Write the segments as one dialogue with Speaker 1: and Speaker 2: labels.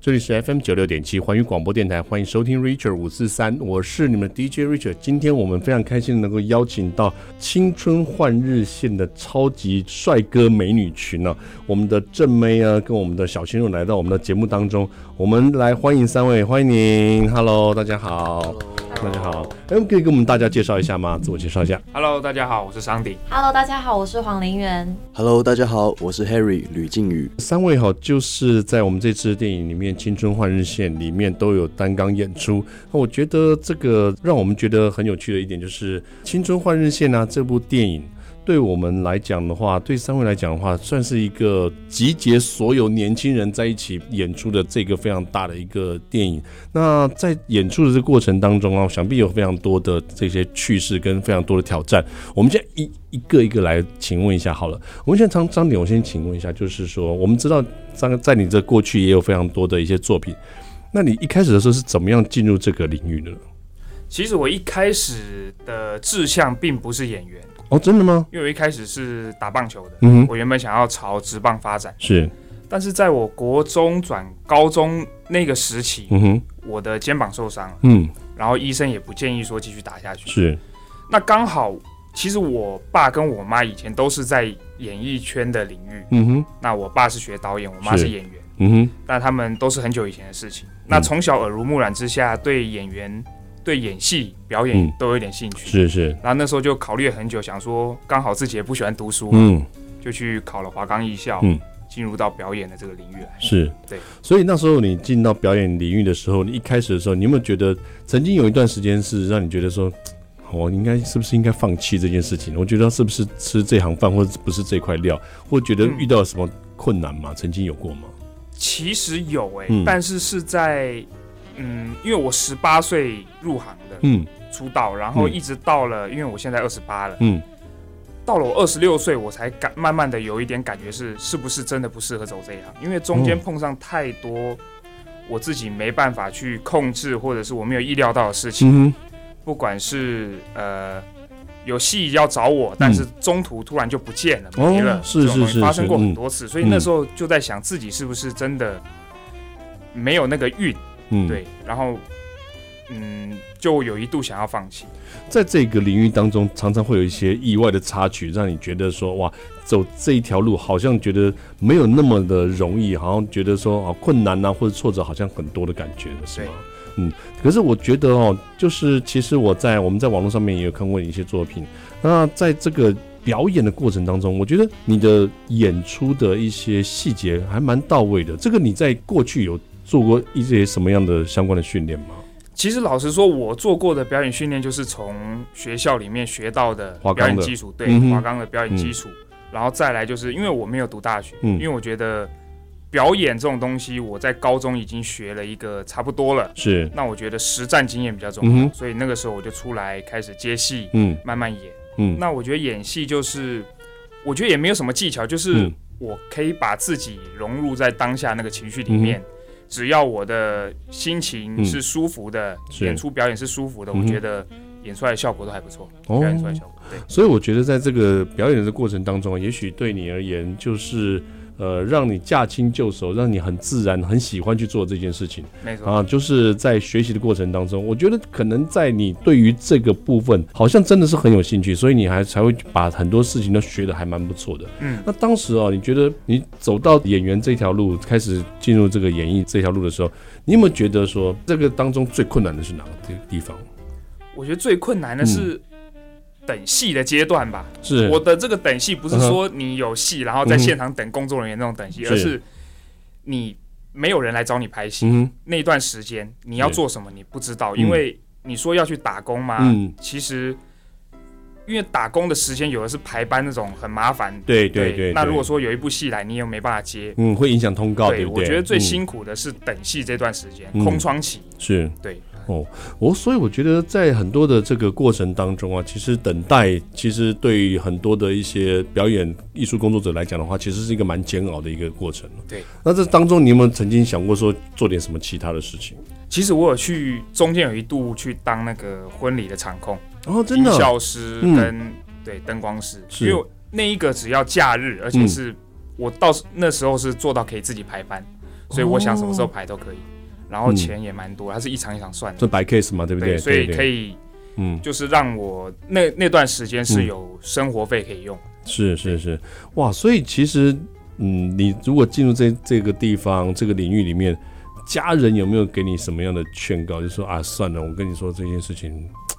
Speaker 1: 这里是 FM 九六点七环宇广播电台，欢迎收听 Richard 五四三，我是你们 DJ Richard。今天我们非常开心地能够邀请到青春换日线的超级帅哥美女群呢、我们的正妹啊，跟我们的小鲜肉来到我们的节目当中，我们来欢迎三位，欢迎您，Hello，大家好。大家好，哎，可以给我们大家介绍一下吗？自我介绍一下。
Speaker 2: Hello，大家好，我是桑迪。
Speaker 3: Hello，大家好，我是黄陵媛。
Speaker 4: Hello，大家好，我是 Harry 吕靖宇。
Speaker 1: 三位哈，就是在我们这次电影里面《青春换日线》里面都有担纲演出。那我觉得这个让我们觉得很有趣的一点就是，《青春换日线》啊这部电影。对我们来讲的话，对三位来讲的话，算是一个集结所有年轻人在一起演出的这个非常大的一个电影。那在演出的这个过程当中啊，想必有非常多的这些趣事跟非常多的挑战。我们现在一一个一个来，请问一下好了。我们现在张张点，我先请问一下，就是说，我们知道张在你这过去也有非常多的一些作品，那你一开始的时候是怎么样进入这个领域的呢？
Speaker 2: 其实我一开始的志向并不是演员，
Speaker 1: 哦，真的吗？
Speaker 2: 因为我一开始是打棒球的，
Speaker 1: 嗯哼，
Speaker 2: 我原本想要朝职棒发展，
Speaker 1: 是，
Speaker 2: 但是在我国中转高中那个时期，
Speaker 1: 嗯哼，
Speaker 2: 我的肩膀受伤了，
Speaker 1: 嗯，
Speaker 2: 然后医生也不建议说继续打下去。
Speaker 1: 是，
Speaker 2: 那刚好，其实我爸跟我妈以前都是在演艺圈的领域，
Speaker 1: 嗯哼，
Speaker 2: 那我爸是学导演，我妈
Speaker 1: 是
Speaker 2: 是演员。
Speaker 1: 嗯哼，
Speaker 2: 那他们都是很久以前的事情。
Speaker 1: 嗯
Speaker 2: 那从小耳濡目染之下，对演员、对演戏、表演
Speaker 1: 嗯
Speaker 2: 都有点兴趣。
Speaker 1: 是是，
Speaker 2: 然后那时候就考虑了很久，想说刚好自己也不喜欢读书，
Speaker 1: 嗯，
Speaker 2: 就去考了华冈艺校
Speaker 1: 嗯，
Speaker 2: 进入到表演的这个领域来。
Speaker 1: 是，
Speaker 2: 对。
Speaker 1: 所以那时候你进到表演领域的时候，你一开始的时候，你有没有觉得曾经有一段时间是让你觉得说，我应该是不是应该放弃这件事情？我觉得是不是吃这行饭，或者不是这块料，或觉得遇到什么困难吗？曾经有过吗？
Speaker 2: 其实有哎、
Speaker 1: 嗯
Speaker 2: 但是是在嗯，因为我十八岁入行的、
Speaker 1: 嗯
Speaker 2: 出道，然后
Speaker 1: 嗯
Speaker 2: 一直到了，因为我现在二十八了，
Speaker 1: 嗯，
Speaker 2: 到了我二十六岁，我才感慢慢的有一点感觉是是不是真的不适合走这一行，因为中间
Speaker 1: 哦
Speaker 2: 碰上太多我自己没办法去控制，或者是我没有意料到的事情，
Speaker 1: 嗯哼，
Speaker 2: 不管是呃有戏要找我，但是中途突然就不见了，
Speaker 1: 哦
Speaker 2: 没了，
Speaker 1: 是
Speaker 2: 这种东
Speaker 1: 是
Speaker 2: 西
Speaker 1: 是
Speaker 2: 发生过
Speaker 1: 是
Speaker 2: 很
Speaker 1: 嗯
Speaker 2: 多次，所以
Speaker 1: 嗯
Speaker 2: 那时候就在想自己是不是真的没有那个运，
Speaker 1: 嗯，。
Speaker 2: 对，然后嗯，就有一度想要放弃。
Speaker 1: 在这个领域当中，常常会有一些意外的插曲，让你觉得说哇，走这一条路好像觉得没有那么的容易，好像觉得说啊困难呐、或者挫折好像很多的感觉，是吗
Speaker 2: 对？
Speaker 1: 嗯，可是我觉得哦，就是其实我在我们在网络上面也有看过你一些作品，那在这个表演的过程当中，我觉得你的演出的一些细节还蛮到位的。这个你在过去有做过一些什么样的相关的训练吗？
Speaker 2: 其实老实说，我做过的表演训练就是从学校里面学到的
Speaker 1: 华
Speaker 2: 表
Speaker 1: 冈的
Speaker 2: 演基础，对
Speaker 1: 嗯哼
Speaker 2: 华冈的表演基础，然后再来就是因为我没有读大学，
Speaker 1: 嗯
Speaker 2: 因为我觉得表演这种东西我在高中已经学了一个差不多了，
Speaker 1: 是，
Speaker 2: 那我觉得实战经验比较重要，
Speaker 1: 嗯哼，
Speaker 2: 所以那个时候我就出来开始接戏，
Speaker 1: 嗯
Speaker 2: 慢慢演。
Speaker 1: 嗯，
Speaker 2: 那我觉得演戏就是，我觉得也没有什么技巧，就是
Speaker 1: 嗯
Speaker 2: 我可以把自己融入在当下那个情绪里面。只要我的心情
Speaker 1: 嗯
Speaker 2: 是舒服的，
Speaker 1: 是
Speaker 2: 演出表演是舒服的，
Speaker 1: 嗯
Speaker 2: 我
Speaker 1: 哼
Speaker 2: 觉得演出来的效果都还不错。
Speaker 1: 哦
Speaker 2: 表演出来的效果，对，
Speaker 1: 所以我觉得在这个表演的过程当中，也许对你而言就是。呃，让你驾轻就熟，让你很自然、很喜欢去做这件事情
Speaker 2: 没错。
Speaker 1: 啊，就是在学习的过程当中，我觉得可能在你对于这个部分，好像真的是很有兴趣，所以你还才会把很多事情都学得还蛮不错的。
Speaker 2: 嗯，
Speaker 1: 那当时哦，你觉得你走到演员这条路，开始进入这个演艺这条路的时候，你有没有觉得说这个当中最困难的是哪个地地方？
Speaker 2: 我觉得最困难的是
Speaker 1: 嗯
Speaker 2: 等戏的阶段吧。
Speaker 1: 是
Speaker 2: 我的这个等戏不是
Speaker 1: 嗯哼
Speaker 2: 说你有戏，然后
Speaker 1: 嗯
Speaker 2: 在
Speaker 1: 哼
Speaker 2: 现场等工作人员那种等戏，
Speaker 1: 是
Speaker 2: 而是你没有人来找你拍戏，
Speaker 1: 嗯
Speaker 2: 那段时间你要
Speaker 1: 对
Speaker 2: 做什么你不知道，
Speaker 1: 嗯
Speaker 2: 因为你说要去打工嘛，
Speaker 1: 嗯
Speaker 2: 其实因为打工的时间有的是排班那种很麻烦。
Speaker 1: 对对对。
Speaker 2: 那如果
Speaker 1: 对
Speaker 2: 说有一部戏来，你又没办法接。
Speaker 1: 嗯会影响通告，对不对？
Speaker 2: 我觉得最
Speaker 1: 嗯
Speaker 2: 辛苦的是等戏这段时间，
Speaker 1: 嗯
Speaker 2: 空窗期。
Speaker 1: 是哦
Speaker 2: 对，
Speaker 1: 我、所以我觉得在很多的这个过程当中啊，其实等待其实对于很多的一些表演艺术工作者来讲的话，其实是一个蛮煎熬的一个过程。
Speaker 2: 对，
Speaker 1: 那这当中你有没有曾经想过说做点什么其他的事情？
Speaker 2: 其实我有去中间有一度去当那个婚礼的场控，
Speaker 1: 哦，真
Speaker 2: 音
Speaker 1: 的哦，
Speaker 2: 效师
Speaker 1: 嗯
Speaker 2: 跟、对灯光师，
Speaker 1: 是
Speaker 2: 因为那一个只要假日，而且
Speaker 1: 嗯
Speaker 2: 是我到时那时候是做到可以自己排班，
Speaker 1: 哦
Speaker 2: 所以我想什么时候排都可以。然后钱也蛮多，它是一场一场算的，
Speaker 1: 这白 case 嗯嘛，对不对？
Speaker 2: 所以可
Speaker 1: 以，
Speaker 2: 以
Speaker 1: 嗯，
Speaker 2: 就是让我那那段时间是
Speaker 1: 嗯
Speaker 2: 有生活费可以用。
Speaker 1: 是是是，哇，所以其实，嗯，你如果进入这这个地方这个领域里面，家人有没有给你什么样的劝告？就说啊，算了，我跟你说这件事情，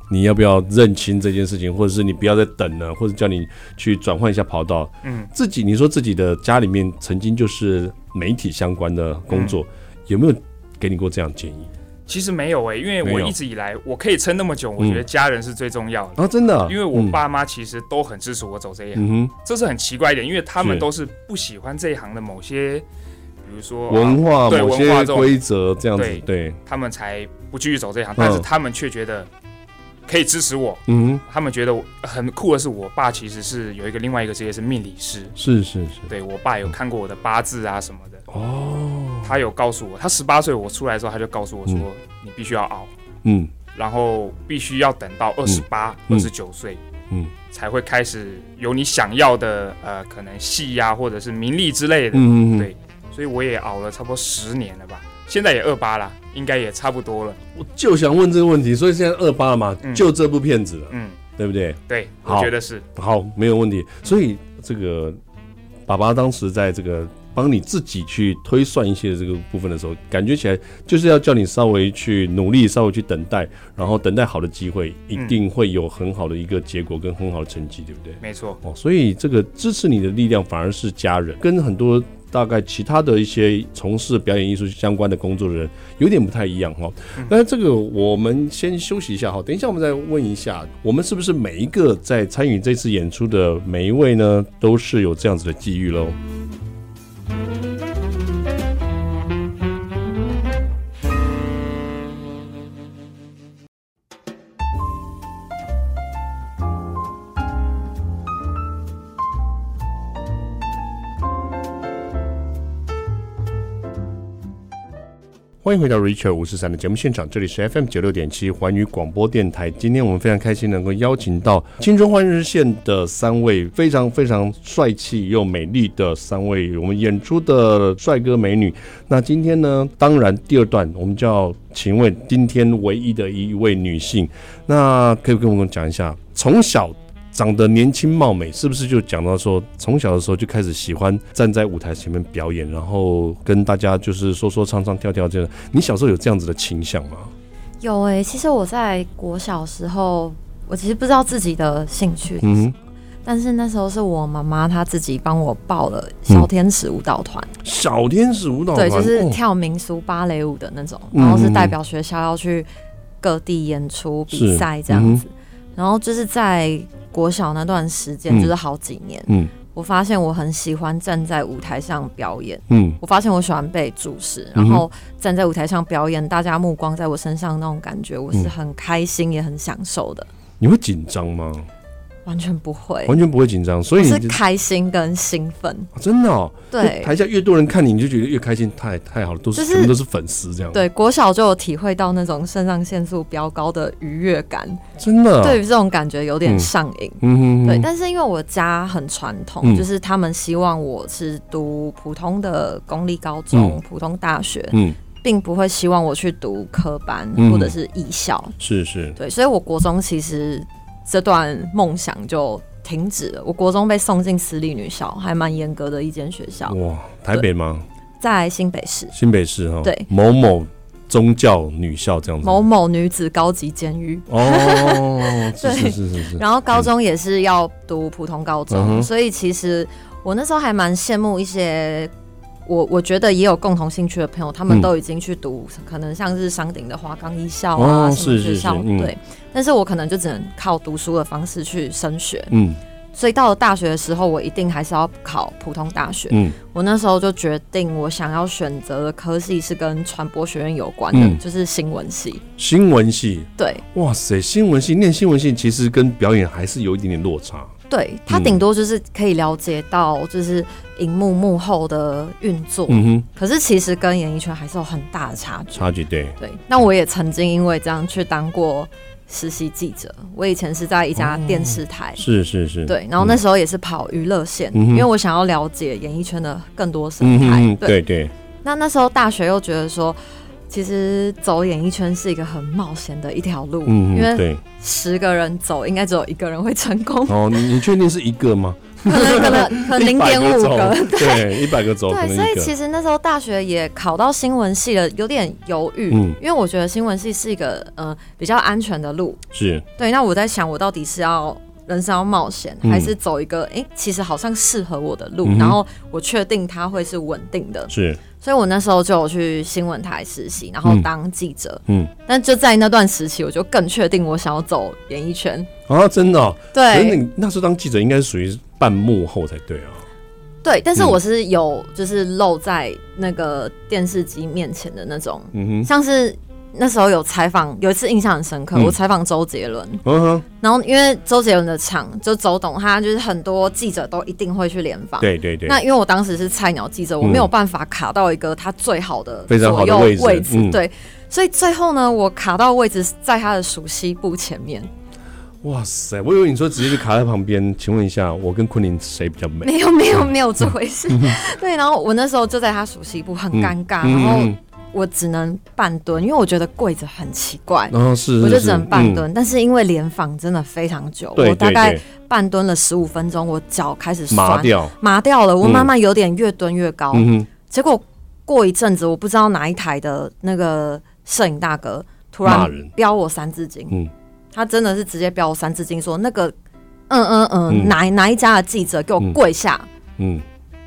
Speaker 1: 你要不要认清这件事情，或者是你不要再等了，或者叫你去转换一下跑道？
Speaker 2: 嗯，
Speaker 1: 自己你说自己的家里面曾经就是媒体相关的工作，有没有给你过这样建议
Speaker 2: 其实没有诶、因为
Speaker 1: 没
Speaker 2: 我
Speaker 1: 有
Speaker 2: 一直以来我可以撑那么久，我
Speaker 1: 嗯
Speaker 2: 觉得家人是最重要的。
Speaker 1: 啊？真的啊，
Speaker 2: 因为我
Speaker 1: 嗯，
Speaker 2: 爸妈其实都很支持我走这一行，
Speaker 1: 嗯哼，
Speaker 2: 这是很奇怪一点，因为他们
Speaker 1: 是
Speaker 2: 都是不喜欢这一行的某些，比如说啊
Speaker 1: 文化
Speaker 2: 对
Speaker 1: 某
Speaker 2: 文化
Speaker 1: 些
Speaker 2: 这种
Speaker 1: 规则这样子，
Speaker 2: 对
Speaker 1: 对，
Speaker 2: 他们才不继续走这一行，
Speaker 1: 嗯
Speaker 2: 但是他们却觉得可以支持我。
Speaker 1: 嗯哼，
Speaker 2: 他们觉得我很酷的是，我爸其实是有一个另外一个职业是命理师，
Speaker 1: 是是是，
Speaker 2: 对我爸有看过我的八字啊什么的，
Speaker 1: 哦，
Speaker 2: 他有告诉我，他十八岁我出来之后，他就告诉我说，你必须要熬，
Speaker 1: 嗯。
Speaker 2: 然后必须要等到二十八、
Speaker 1: 嗯
Speaker 2: 二十九岁，
Speaker 1: 嗯，
Speaker 2: 才会开始有你想要的呃可能戏呀、或者是名利之类的，
Speaker 1: 嗯，嗯嗯
Speaker 2: 对所以我也熬了差不多十年了吧，现在也二八啦，应该也差不多了，
Speaker 1: 我就想问这个问题，所以现在二八了嘛，
Speaker 2: 嗯
Speaker 1: 就这部片子了，
Speaker 2: 嗯，
Speaker 1: 对不对？
Speaker 2: 对，
Speaker 1: 好
Speaker 2: 我觉得是，
Speaker 1: 好，没有问题。所以这个爸爸当时在这个帮你自己去推算一些这个部分的时候，感觉起来就是要叫你稍微去努力，稍微去等待，然后等待好的机会，一定会有很好的一个结果跟很好的成绩，对不对？
Speaker 2: 没错，
Speaker 1: 哦，所以这个支持你的力量反而是家人，跟很多大概其他的一些从事表演艺术相关的工作的人有点不太一样哈、哦。那、这个我们先休息一下哈、等一下我们再问一下，我们是不是每一个在参与这次演出的每一位呢，都是有这样子的机遇喽？欢迎回到 Richard 五十三的节目现场，这里是 FM 九六点七环宇广播电台。今天我们非常开心能够邀请到青春换日线的三位非常非常帅气又美丽的三位我们演出的帅哥美女。那今天呢，当然第二段我们就要请问今天唯一的一位女性，那可以跟我们讲一下，从小长得年轻貌美，是不是就讲到说，从小的时候就开始喜欢站在舞台前面表演，然后跟大家就是说说唱唱跳跳这样？你小时候有这样子的倾向吗？
Speaker 3: 有哎、其实我在国小时候，我其实不知道自己的兴趣，
Speaker 1: 嗯，
Speaker 3: 但是那时候是我妈妈她自己帮我报了小天使舞蹈团，
Speaker 1: 小天使舞蹈团，
Speaker 3: 对，就是
Speaker 1: 嗯哦
Speaker 3: 跳民俗芭蕾舞的那种，
Speaker 1: 嗯
Speaker 3: 然后是代表学校要去各地演出比赛这样
Speaker 1: 嗯
Speaker 3: 子，然后就是在国小那段时间，
Speaker 1: 嗯
Speaker 3: 就是好几年，
Speaker 1: 嗯
Speaker 3: 我发现我很喜欢站在舞台上表演。
Speaker 1: 嗯
Speaker 3: 我发现我喜欢被注视，
Speaker 1: 嗯
Speaker 3: 然
Speaker 1: 哼
Speaker 3: 后站在舞台上表演，大家目光在我身上那种感觉，我
Speaker 1: 嗯
Speaker 3: 是很开心也很享受的，
Speaker 1: 你会紧张吗？
Speaker 3: 完全不会，
Speaker 1: 完全不会紧张，所
Speaker 3: 我
Speaker 1: 以
Speaker 3: 是
Speaker 1: 你就
Speaker 3: 开心跟兴奋，
Speaker 1: 啊真的哦，
Speaker 3: 对
Speaker 1: 台下越多人看你，你就觉得越开心，太太好了，都是
Speaker 3: 就是
Speaker 1: 全部都是粉丝这样，，
Speaker 3: 对。国小就有体会到那种肾上腺素飙高的愉悦感，
Speaker 1: 真的，
Speaker 3: 对于，这种感觉有点
Speaker 1: 嗯
Speaker 3: 上瘾。
Speaker 1: 嗯哼
Speaker 3: 对，
Speaker 1: 哼，
Speaker 3: 但是因为我家很传统，
Speaker 1: 嗯
Speaker 3: 就是他们希望我是读普通的公立高中、
Speaker 1: 嗯
Speaker 3: 普通大学，
Speaker 1: 嗯，
Speaker 3: 并不会希望我去读科班、
Speaker 1: 嗯
Speaker 3: 或者是艺校。
Speaker 1: 是是，
Speaker 3: 对，所以我国中其实这段梦想就停止了。我国中被送进私立女校，还蛮严格的一间学校，
Speaker 1: 哇，台北吗？
Speaker 3: 在新北市
Speaker 1: 新北市哈，
Speaker 3: 对
Speaker 1: 某某宗教女校这样子，
Speaker 3: 某某女子高级监狱。
Speaker 1: 嗯哦，是
Speaker 3: 对
Speaker 1: 是是是是，
Speaker 3: 然后高中也是要读普通高
Speaker 1: 嗯
Speaker 3: 中，
Speaker 1: 哼
Speaker 3: 所以其实我那时候还蛮羡慕一些。我我觉得也有共同兴趣的朋友，他们
Speaker 1: 嗯
Speaker 3: 都已经去读，可能像是商鼎的华冈艺校啊、
Speaker 1: 哦
Speaker 3: 什么
Speaker 1: 是
Speaker 3: 学
Speaker 1: 是
Speaker 3: 校，
Speaker 1: 是嗯
Speaker 3: 对。但是我可能就只能靠读书的方式去升学，
Speaker 1: 嗯
Speaker 3: 所以到了大学的时候，我一定还是要考普通大学。
Speaker 1: 嗯
Speaker 3: 我那时候就决定，我想要选择的科系是跟传播学院有关的，
Speaker 1: 嗯
Speaker 3: 就是新闻系。
Speaker 1: 新闻系，
Speaker 3: 对
Speaker 1: 哇塞，新闻系念新闻系其实跟表演还是有一点点落差，
Speaker 3: 对，它顶多就是可以了解到就是荧幕幕后的运作，
Speaker 1: 嗯哼，
Speaker 3: 可是其实跟演艺圈还是有很大的差距。
Speaker 1: 差距对，
Speaker 3: 对，那我也曾经因为这样去当过实习记者，我以前是在一家电视台。
Speaker 1: 嗯是是是，
Speaker 3: 对，然后那时候也是跑娱乐线，
Speaker 1: 嗯哼
Speaker 3: 因为我想要了解演艺圈的更多生
Speaker 1: 嗯
Speaker 3: 态。
Speaker 1: 嗯嗯，
Speaker 3: 对，
Speaker 1: 对对，
Speaker 3: 那那时候大学又觉得说，其实走演艺圈是一个很冒险的一条路，
Speaker 1: 嗯
Speaker 3: 因
Speaker 1: 嗯，
Speaker 3: 为
Speaker 1: 对。
Speaker 3: 十个人走，应该只有一个人会成功，
Speaker 1: 哦，你你确定是一个吗？
Speaker 3: 可能可能可能呃 零点五
Speaker 1: 100
Speaker 3: 个。
Speaker 1: 走，对，一百个走可能一
Speaker 3: 对，所以
Speaker 1: 个。
Speaker 3: 其实那时候大学也考到新闻系了，有点犹豫，
Speaker 1: 嗯
Speaker 3: 因为我觉得新闻系是一个呃比较安全的路。
Speaker 1: 是
Speaker 3: 对，那我在想，我到底是要人生要冒险，
Speaker 1: 嗯
Speaker 3: 还是走一个诶，其实好像适合我的路，
Speaker 1: 嗯哼
Speaker 3: 然后我确定它会是稳定的，
Speaker 1: 是，
Speaker 3: 所以我那时候就有去新闻台实习，然后
Speaker 1: 嗯
Speaker 3: 当记者。
Speaker 1: 嗯，
Speaker 3: 但就在那段时期，我就更确定我想要走演艺圈。
Speaker 1: 啊，真的、哦。可是
Speaker 3: 对
Speaker 1: 你那时候当记者应该是属于半幕后才对啊。
Speaker 3: 对，但是
Speaker 1: 嗯
Speaker 3: 我是有就是露在那个电视机面前的那种，
Speaker 1: 嗯哼，
Speaker 3: 像是。那时候有采访，有一次印象很深刻，
Speaker 1: 嗯
Speaker 3: 我采访周杰伦，
Speaker 1: 嗯哼，
Speaker 3: 然后因为周杰伦的场，就周董他就是很多记者都一定会去联访，
Speaker 1: 对对对，
Speaker 3: 那因为我当时是菜鸟记者，我
Speaker 1: 嗯
Speaker 3: 没有办法卡到一个他最好的
Speaker 1: 非常好的
Speaker 3: 左右
Speaker 1: 位置
Speaker 3: 位置
Speaker 1: 嗯
Speaker 3: 对，所以最后呢，我卡到位置是在他的熟悉部前面，
Speaker 1: 哇塞，我以为你说直接就卡在旁边。请问一下，我跟昆凌谁比较美？
Speaker 3: 没有没
Speaker 1: 嗯
Speaker 3: 有没有这 回事，对，然后我那时候就在他熟悉部很尴尬，然后
Speaker 1: 嗯，
Speaker 3: 我只能半蹲，因为我觉得跪着很奇怪。
Speaker 1: 然后嗯是，嗯
Speaker 3: 我就是只能半，蹲，但是因为联访真的非常久，
Speaker 1: 嗯对
Speaker 3: 我大
Speaker 1: 对
Speaker 3: 概
Speaker 1: 对，
Speaker 3: 半蹲了十五分钟，我脚开始酸
Speaker 1: 麻掉，
Speaker 3: 麻掉了，我
Speaker 1: 嗯
Speaker 3: 慢慢有点越蹲越高，
Speaker 1: 嗯哼，
Speaker 3: 结果过一阵子，我不知道哪一台的那个摄影大哥突
Speaker 1: 骂
Speaker 3: 然
Speaker 1: 人
Speaker 3: 标我三字经，
Speaker 1: 嗯
Speaker 3: 他真的是直接标我三字经，说那个嗯嗯嗯
Speaker 1: 嗯
Speaker 3: 哪哪一家的记者给我
Speaker 1: 嗯
Speaker 3: 跪下，
Speaker 1: 嗯，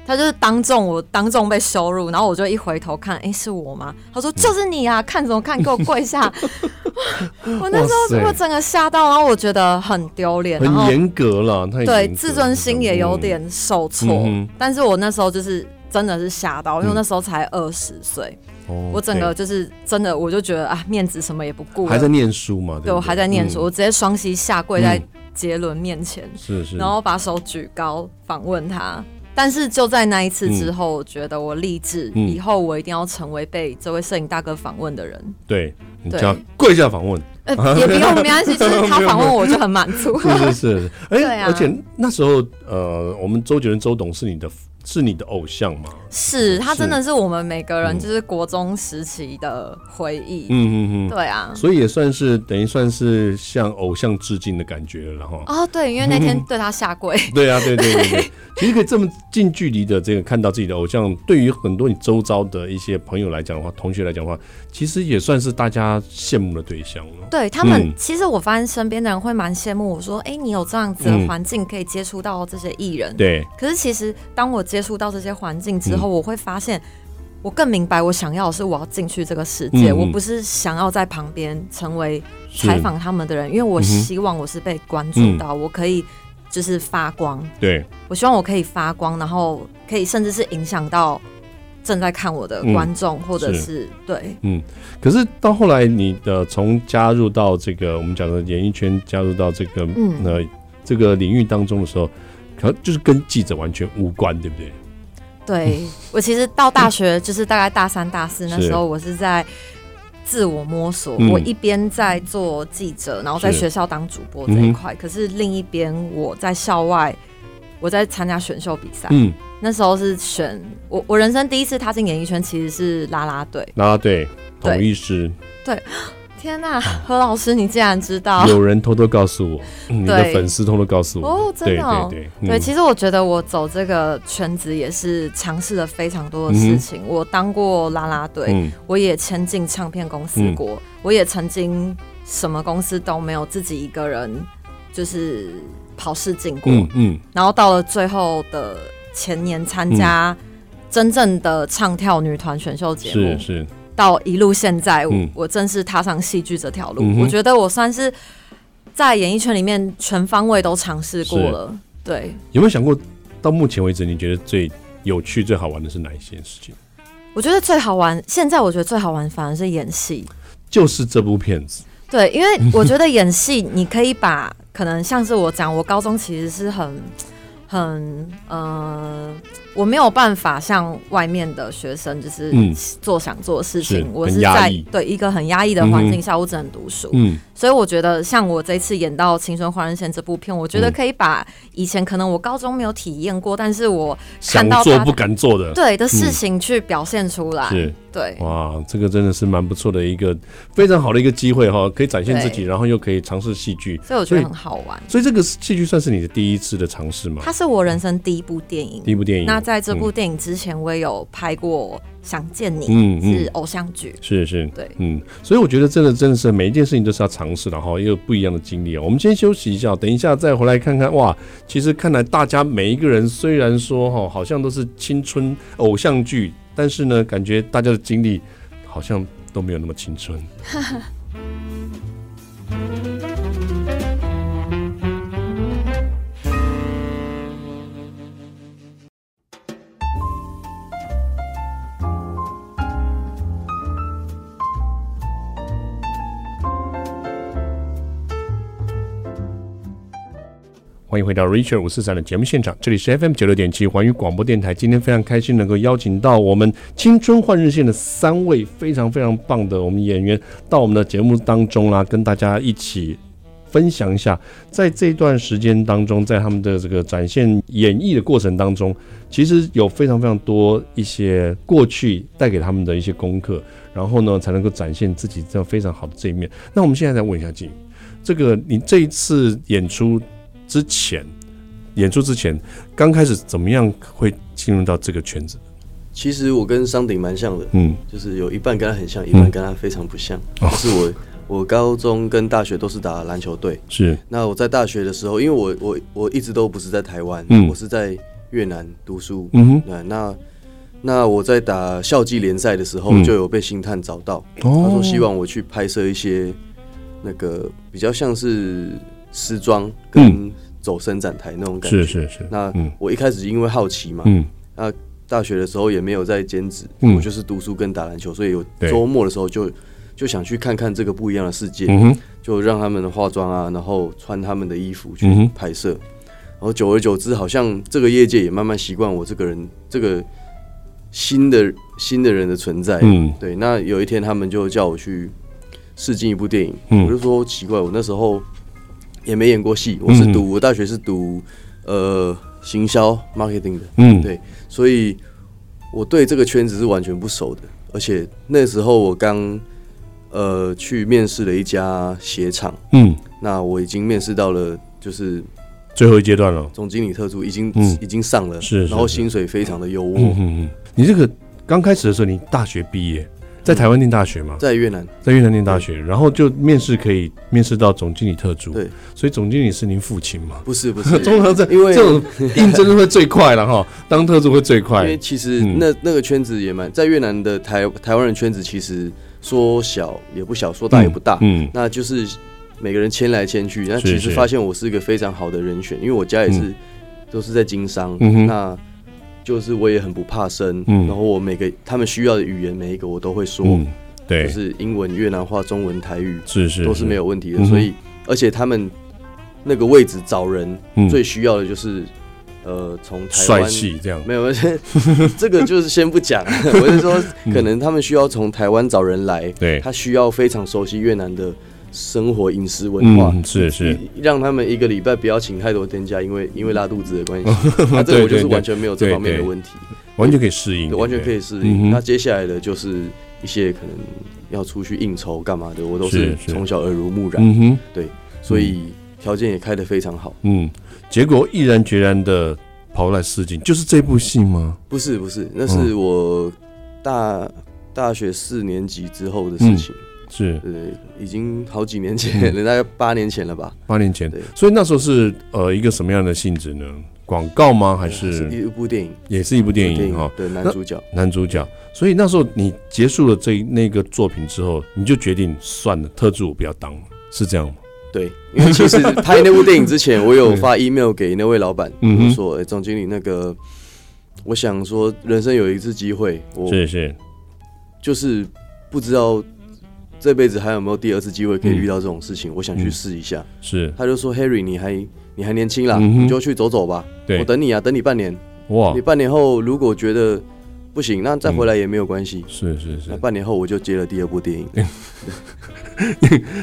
Speaker 3: 他就是当众我当众被羞辱，然后我就一回头看，诶，是我吗？他说就是你啊，看什么看，给我跪下！ 我我那时
Speaker 1: 哇
Speaker 3: 候
Speaker 1: 塞
Speaker 3: 我整个吓到，然后我觉得很丢脸，然后
Speaker 1: 很严格了，太
Speaker 3: 对
Speaker 1: 严格
Speaker 3: 自尊心也有，点受挫，
Speaker 1: 嗯哼
Speaker 3: 但是我那时候就是真的是吓到，因为我
Speaker 1: 嗯
Speaker 3: 那时候才二十岁。
Speaker 1: 嗯哦
Speaker 3: 我整个
Speaker 1: 对
Speaker 3: 就是真的，我就觉得啊，面子什么也不顾
Speaker 1: 还在
Speaker 3: 了。
Speaker 1: 念书嘛，
Speaker 3: 对我
Speaker 1: 不
Speaker 3: 还在念书，，
Speaker 1: 嗯
Speaker 3: 我直接双膝下跪在杰伦面前，
Speaker 1: 是是，
Speaker 3: 然后把手举高访问他。但是就在那一次之后，我觉得我立志，
Speaker 1: 嗯
Speaker 3: 以后我一定要成为被这位摄影大哥访问的人。
Speaker 1: 对你
Speaker 3: 对
Speaker 1: 叫他跪下访 问，
Speaker 3: 呃，也不用没关系，就是他访问我就很满足。
Speaker 1: 是是 是，哎、
Speaker 3: 对啊
Speaker 1: 而且那时候呃，我们周杰伦周董是你的是你的偶像嘛？
Speaker 3: 是他
Speaker 1: 是
Speaker 3: 真的是我们每个人
Speaker 1: 嗯
Speaker 3: 就是国中时期的回忆。
Speaker 1: 嗯嗯嗯，
Speaker 3: 对啊，
Speaker 1: 所以也算是等于算是向偶像致敬的感觉了哈。
Speaker 3: 哦对，因为那天对他下跪，
Speaker 1: 对啊，对对对 对，其实可以这么近距离的这个看到自己的偶像，对于很多你周遭的一些朋友来讲的话，同学来讲的话，其实也算是大家羡慕的对象了。
Speaker 3: 对他们，
Speaker 1: 嗯
Speaker 3: 其实我发现身边的人会蛮羡慕我说：“哎、你有这样子的
Speaker 1: 嗯
Speaker 3: 环境可以接触到这些艺人。
Speaker 1: 对，嗯
Speaker 3: 可是其实当我接触到这些环境之后，我会发现，我更明白我想要的是我要进去这个世
Speaker 1: 嗯
Speaker 3: 界，
Speaker 1: 嗯
Speaker 3: 我不是想要在旁边成为
Speaker 1: 是
Speaker 3: 采，访他们的人，因为我
Speaker 1: 嗯哼嗯
Speaker 3: 希望我是被关注到，我可以就是发光，
Speaker 1: 对，
Speaker 3: 我希望我可以发光，然后可以甚至是影响到正在看我的
Speaker 1: 嗯
Speaker 3: 观众，或者
Speaker 1: 是
Speaker 3: 是对。
Speaker 1: 可是到后来，你的从加入到这个我们讲的演艺圈，加入到这个
Speaker 3: 嗯
Speaker 1: 呃这个领域当中的时候，可能就是跟记者完全无关，对不对？
Speaker 3: 对
Speaker 1: 嗯
Speaker 3: 我其实到大学就是大概大三、大四 那时候，我是在自我摸索。
Speaker 1: 嗯
Speaker 3: 我一边在做记者，然后在
Speaker 1: 是嗯
Speaker 3: 学校当主播这一块，可是另一边我在校外，我在参加选秀比赛。
Speaker 1: 嗯，
Speaker 3: 那时候是选我，我人生第一次踏进演艺圈其实是啦啦队。
Speaker 1: 啦啦队、
Speaker 3: 对
Speaker 1: 统一师，
Speaker 3: 天呐、
Speaker 1: 啊
Speaker 3: 何老师，你竟然知道？
Speaker 1: 有人偷偷告诉我，嗯你的
Speaker 3: 对
Speaker 1: 粉丝偷偷告诉我，
Speaker 3: 哦，真的哦。
Speaker 1: 对对对，
Speaker 3: 对，
Speaker 1: 嗯
Speaker 3: 其实我觉得我走这个圈子也是尝试了非常多的事情。我当过啦啦队，
Speaker 1: 嗯
Speaker 3: 我也签进唱片公司过，我也曾经什么公司都没有，自己一个人就是跑试镜过，
Speaker 1: 嗯嗯，
Speaker 3: 然后到了最后的前年参加真正的唱跳女团选秀节目
Speaker 1: 嗯是，是，
Speaker 3: 到一路现在我，
Speaker 1: 嗯
Speaker 3: 我正式踏上戏剧这条路，
Speaker 1: 嗯哼
Speaker 3: 我觉得我算是在演艺圈里面全方位都尝试过
Speaker 1: 是
Speaker 3: 了，对。
Speaker 1: 有没有想过到目前为止，你觉得最有趣、最好玩的是哪一件事情？
Speaker 3: 我觉得最好玩，现在我觉得最好玩反而是演戏，
Speaker 1: 就是这部片子，
Speaker 3: 对，因为我觉得演戏，你可以把可能像是我讲，我高中其实是很很呃，我没有办法像外面的学生，就是
Speaker 1: 嗯
Speaker 3: 做想做的事情。
Speaker 1: 是
Speaker 3: 我
Speaker 1: 很
Speaker 3: 是
Speaker 1: 压
Speaker 3: 在
Speaker 1: 抑
Speaker 3: 对一个很压抑的环境下，我只能读书。
Speaker 1: 嗯
Speaker 3: 所以我觉得，像我这一次演到《青春换人线》这部片，我
Speaker 1: 嗯
Speaker 3: 觉得可以把以前可能我高中没有体验过，但是我
Speaker 1: 想
Speaker 3: 看到
Speaker 1: 做
Speaker 3: 他
Speaker 1: 不敢做的，
Speaker 3: 对的事情去表现出来。
Speaker 1: 是
Speaker 3: 对，
Speaker 1: 哇，这个真的是蛮不错的一个非常好的一个机会哈、可以展现自己，
Speaker 3: 对
Speaker 1: 然后又可以尝试戏剧，
Speaker 3: 所以我觉得很好玩。
Speaker 1: 所以这个戏剧算是你的第一次的尝试吗？
Speaker 3: 它是我人生第一部电影
Speaker 1: 第。一部电影，
Speaker 3: 那在这部电影之前，我也有拍过《想见你》
Speaker 1: 嗯嗯
Speaker 3: 是偶像剧。
Speaker 1: 是是，
Speaker 3: 对
Speaker 1: 嗯，所以我觉得真的真的是每一件事情都是要尝试的哈，然后也有不一样的经历哦。我们先休息一下，等一下再回来看看哇。其实看来大家每一个人虽然说哈，好像都是青春偶像剧，但是呢，感觉大家的经历好像都没有那么青春。欢迎回到 Richard 五四三的节目现场，这里是 FM 九六点七环宇广播电台。今天非常开心能够邀请到我们青春换日线的三位非常非常棒的我们演员到我们的节目当中啦、跟大家一起分享一下，在这段时间当中，在他们的这个展现演绎的过程当中，其实有非常非常多一些过去带给他们的一些功课，然后呢，才能够展现自己这样非常好的这一面。那我们现在再问一下静，这个你这一次演出之前，演出之前刚开始怎么样会进入到这个圈子？
Speaker 4: 其实我跟桑鼎蛮像的，
Speaker 1: 嗯，
Speaker 4: 就是有一半跟他很像，一半跟他非常不像。
Speaker 1: 哦
Speaker 4: 就是我，我高中跟大学都是打篮球队。
Speaker 1: 是，
Speaker 4: 那我在大学的时候，因为我我我一直都不是在台湾，
Speaker 1: 嗯
Speaker 4: 我是在越南读书。
Speaker 1: 嗯
Speaker 4: 那那那我在打校际联赛的时候，
Speaker 1: 嗯
Speaker 4: 就有被星探找到，
Speaker 1: 哼，哦
Speaker 4: 他说希望我去拍摄一些那个比较像是时装
Speaker 1: 嗯
Speaker 4: 跟走伸展台那种感觉。
Speaker 1: 是是是，
Speaker 4: 那
Speaker 1: 嗯
Speaker 4: 我一开始因为好奇嘛，
Speaker 1: 嗯
Speaker 4: 那大学的时候也没有在兼职，
Speaker 1: 嗯
Speaker 4: 我就是读书跟打篮球，所以有
Speaker 1: 对
Speaker 4: 周末的时候就就想去看看这个不一样的世界，
Speaker 1: 嗯哼，
Speaker 4: 就让他们的化妆啊，然后穿他们的衣服
Speaker 1: 嗯哼
Speaker 4: 去拍摄，然后久而久之，好像这个业界也慢慢习惯我这个人，这个新的新的人的存在。
Speaker 1: 嗯
Speaker 4: 对，那有一天他们就叫我去试镜一部电影，
Speaker 1: 嗯
Speaker 4: 我就说奇怪，我那时候也没演过戏，我是
Speaker 1: 嗯
Speaker 4: 读、我大学是读呃行销 marketing 的，
Speaker 1: 嗯，
Speaker 4: 对所以我对这个圈子是完全不熟的。而且那时候我刚呃去面试了一家鞋厂，
Speaker 1: 嗯，
Speaker 4: 那我已经面试到了就是
Speaker 1: 最后一阶段了。
Speaker 4: 总经理特助，已经、
Speaker 1: 嗯
Speaker 4: 已经上了，
Speaker 1: 是是
Speaker 4: 然后
Speaker 1: 是
Speaker 4: 薪水非常的优渥，
Speaker 1: 嗯嗯嗯，你这个刚开始的时候，你大学毕业，在台湾念大学嘛，
Speaker 4: 在越南
Speaker 1: 在越南念大学，然后就面试可以面试到总经理特助，
Speaker 4: 对，
Speaker 1: 所以总经理是您父亲嘛？。
Speaker 4: 不是不是
Speaker 1: 通常这
Speaker 4: 因为
Speaker 1: 这种应征会最快了哈，当特助会最
Speaker 4: 因
Speaker 1: 快
Speaker 4: 为，其实
Speaker 1: 嗯
Speaker 4: 那、那个圈子也蛮，在越南的台台湾人圈子其实说小也不小，说大也不大，
Speaker 1: 嗯
Speaker 4: 那就是每个人迁来迁去。那
Speaker 1: 是
Speaker 4: 其实
Speaker 1: 是
Speaker 4: 发现我是一个非常好的人选，因为我家也是、都是在经商，
Speaker 1: 嗯哼
Speaker 4: 那就是我也很不怕生，
Speaker 1: 嗯
Speaker 4: 然后我每个他们需要的语言每一个我都会说，
Speaker 1: 嗯，
Speaker 4: 就
Speaker 1: 对，
Speaker 4: 是英文、越南话、中文、台语
Speaker 1: 是是
Speaker 4: 都是没，有问题的。
Speaker 1: 嗯哼
Speaker 4: 所以而且他们那个位置找人、
Speaker 1: 嗯
Speaker 4: 最需要的就是呃从台
Speaker 1: 帅
Speaker 4: 湾。
Speaker 1: 气这样，
Speaker 4: 没有， 没有这个就是先不讲。 我是说，可能他们需要从台湾找人来，
Speaker 1: 对，
Speaker 4: 他需要非常熟悉越南的生活、饮食文化，
Speaker 1: 嗯，是是，
Speaker 4: 让他们一个礼拜不要请太多天假，因为因为拉肚子的 关系。
Speaker 1: 啊
Speaker 4: 那、 这个我就是完全没有这方面的问题，
Speaker 1: 完全可以适应，
Speaker 4: 对完全可以适应。
Speaker 1: 嗯哼
Speaker 4: 那接下来的就是一些可能要出去应酬干嘛的，我都
Speaker 1: 是
Speaker 4: 是
Speaker 1: 是
Speaker 4: 从小耳濡
Speaker 1: 对不对，
Speaker 4: 目染，
Speaker 1: 嗯哼，
Speaker 4: 所以条件也开得非常好。
Speaker 1: 嗯，结果毅然决然的跑来试镜，就是这部戏吗？
Speaker 4: 不是不是，那
Speaker 1: 嗯
Speaker 4: 是我大、大学四年级之后
Speaker 1: 嗯
Speaker 4: 的事情，
Speaker 1: 是
Speaker 4: 呃对，已经好几年前了，大概八年前了吧。
Speaker 1: 八年前
Speaker 4: 对，
Speaker 1: 所以那时候是呃一个什么样的性质呢？广告吗？还是
Speaker 4: 一部电影，
Speaker 1: 也是一部电
Speaker 4: 电
Speaker 1: 影哈？
Speaker 4: 的男
Speaker 1: 那
Speaker 4: 主角。
Speaker 1: 男主角，所以那时候你结束了这一那个作品之后，你就决定算了，特助我不要当了，是这样吗？
Speaker 4: 对，因为其实拍那部电影之前，我 有发 email 给那位老板，
Speaker 1: 嗯哼
Speaker 4: 我说：“哎、总经理，那个，我想说，人生有一次机会，我
Speaker 1: 是是，
Speaker 4: 就是不知道这辈子还有没有第二次机会可以遇到这种事
Speaker 1: 嗯
Speaker 4: 情，我想去试一下。
Speaker 1: 是，
Speaker 4: 他就说：“Harry，你还你还年轻啦，
Speaker 1: 嗯哼
Speaker 4: 你就去走走吧，
Speaker 1: 对哦
Speaker 4: 我等你啊，等你半年。”
Speaker 1: 哇
Speaker 4: 你，半年后如果觉得不行，那
Speaker 1: 嗯
Speaker 4: 再回来也没有关系。
Speaker 1: 是是
Speaker 4: 那
Speaker 1: 是，
Speaker 4: 半年后我就接了第二部电
Speaker 1: 哎
Speaker 4: 影，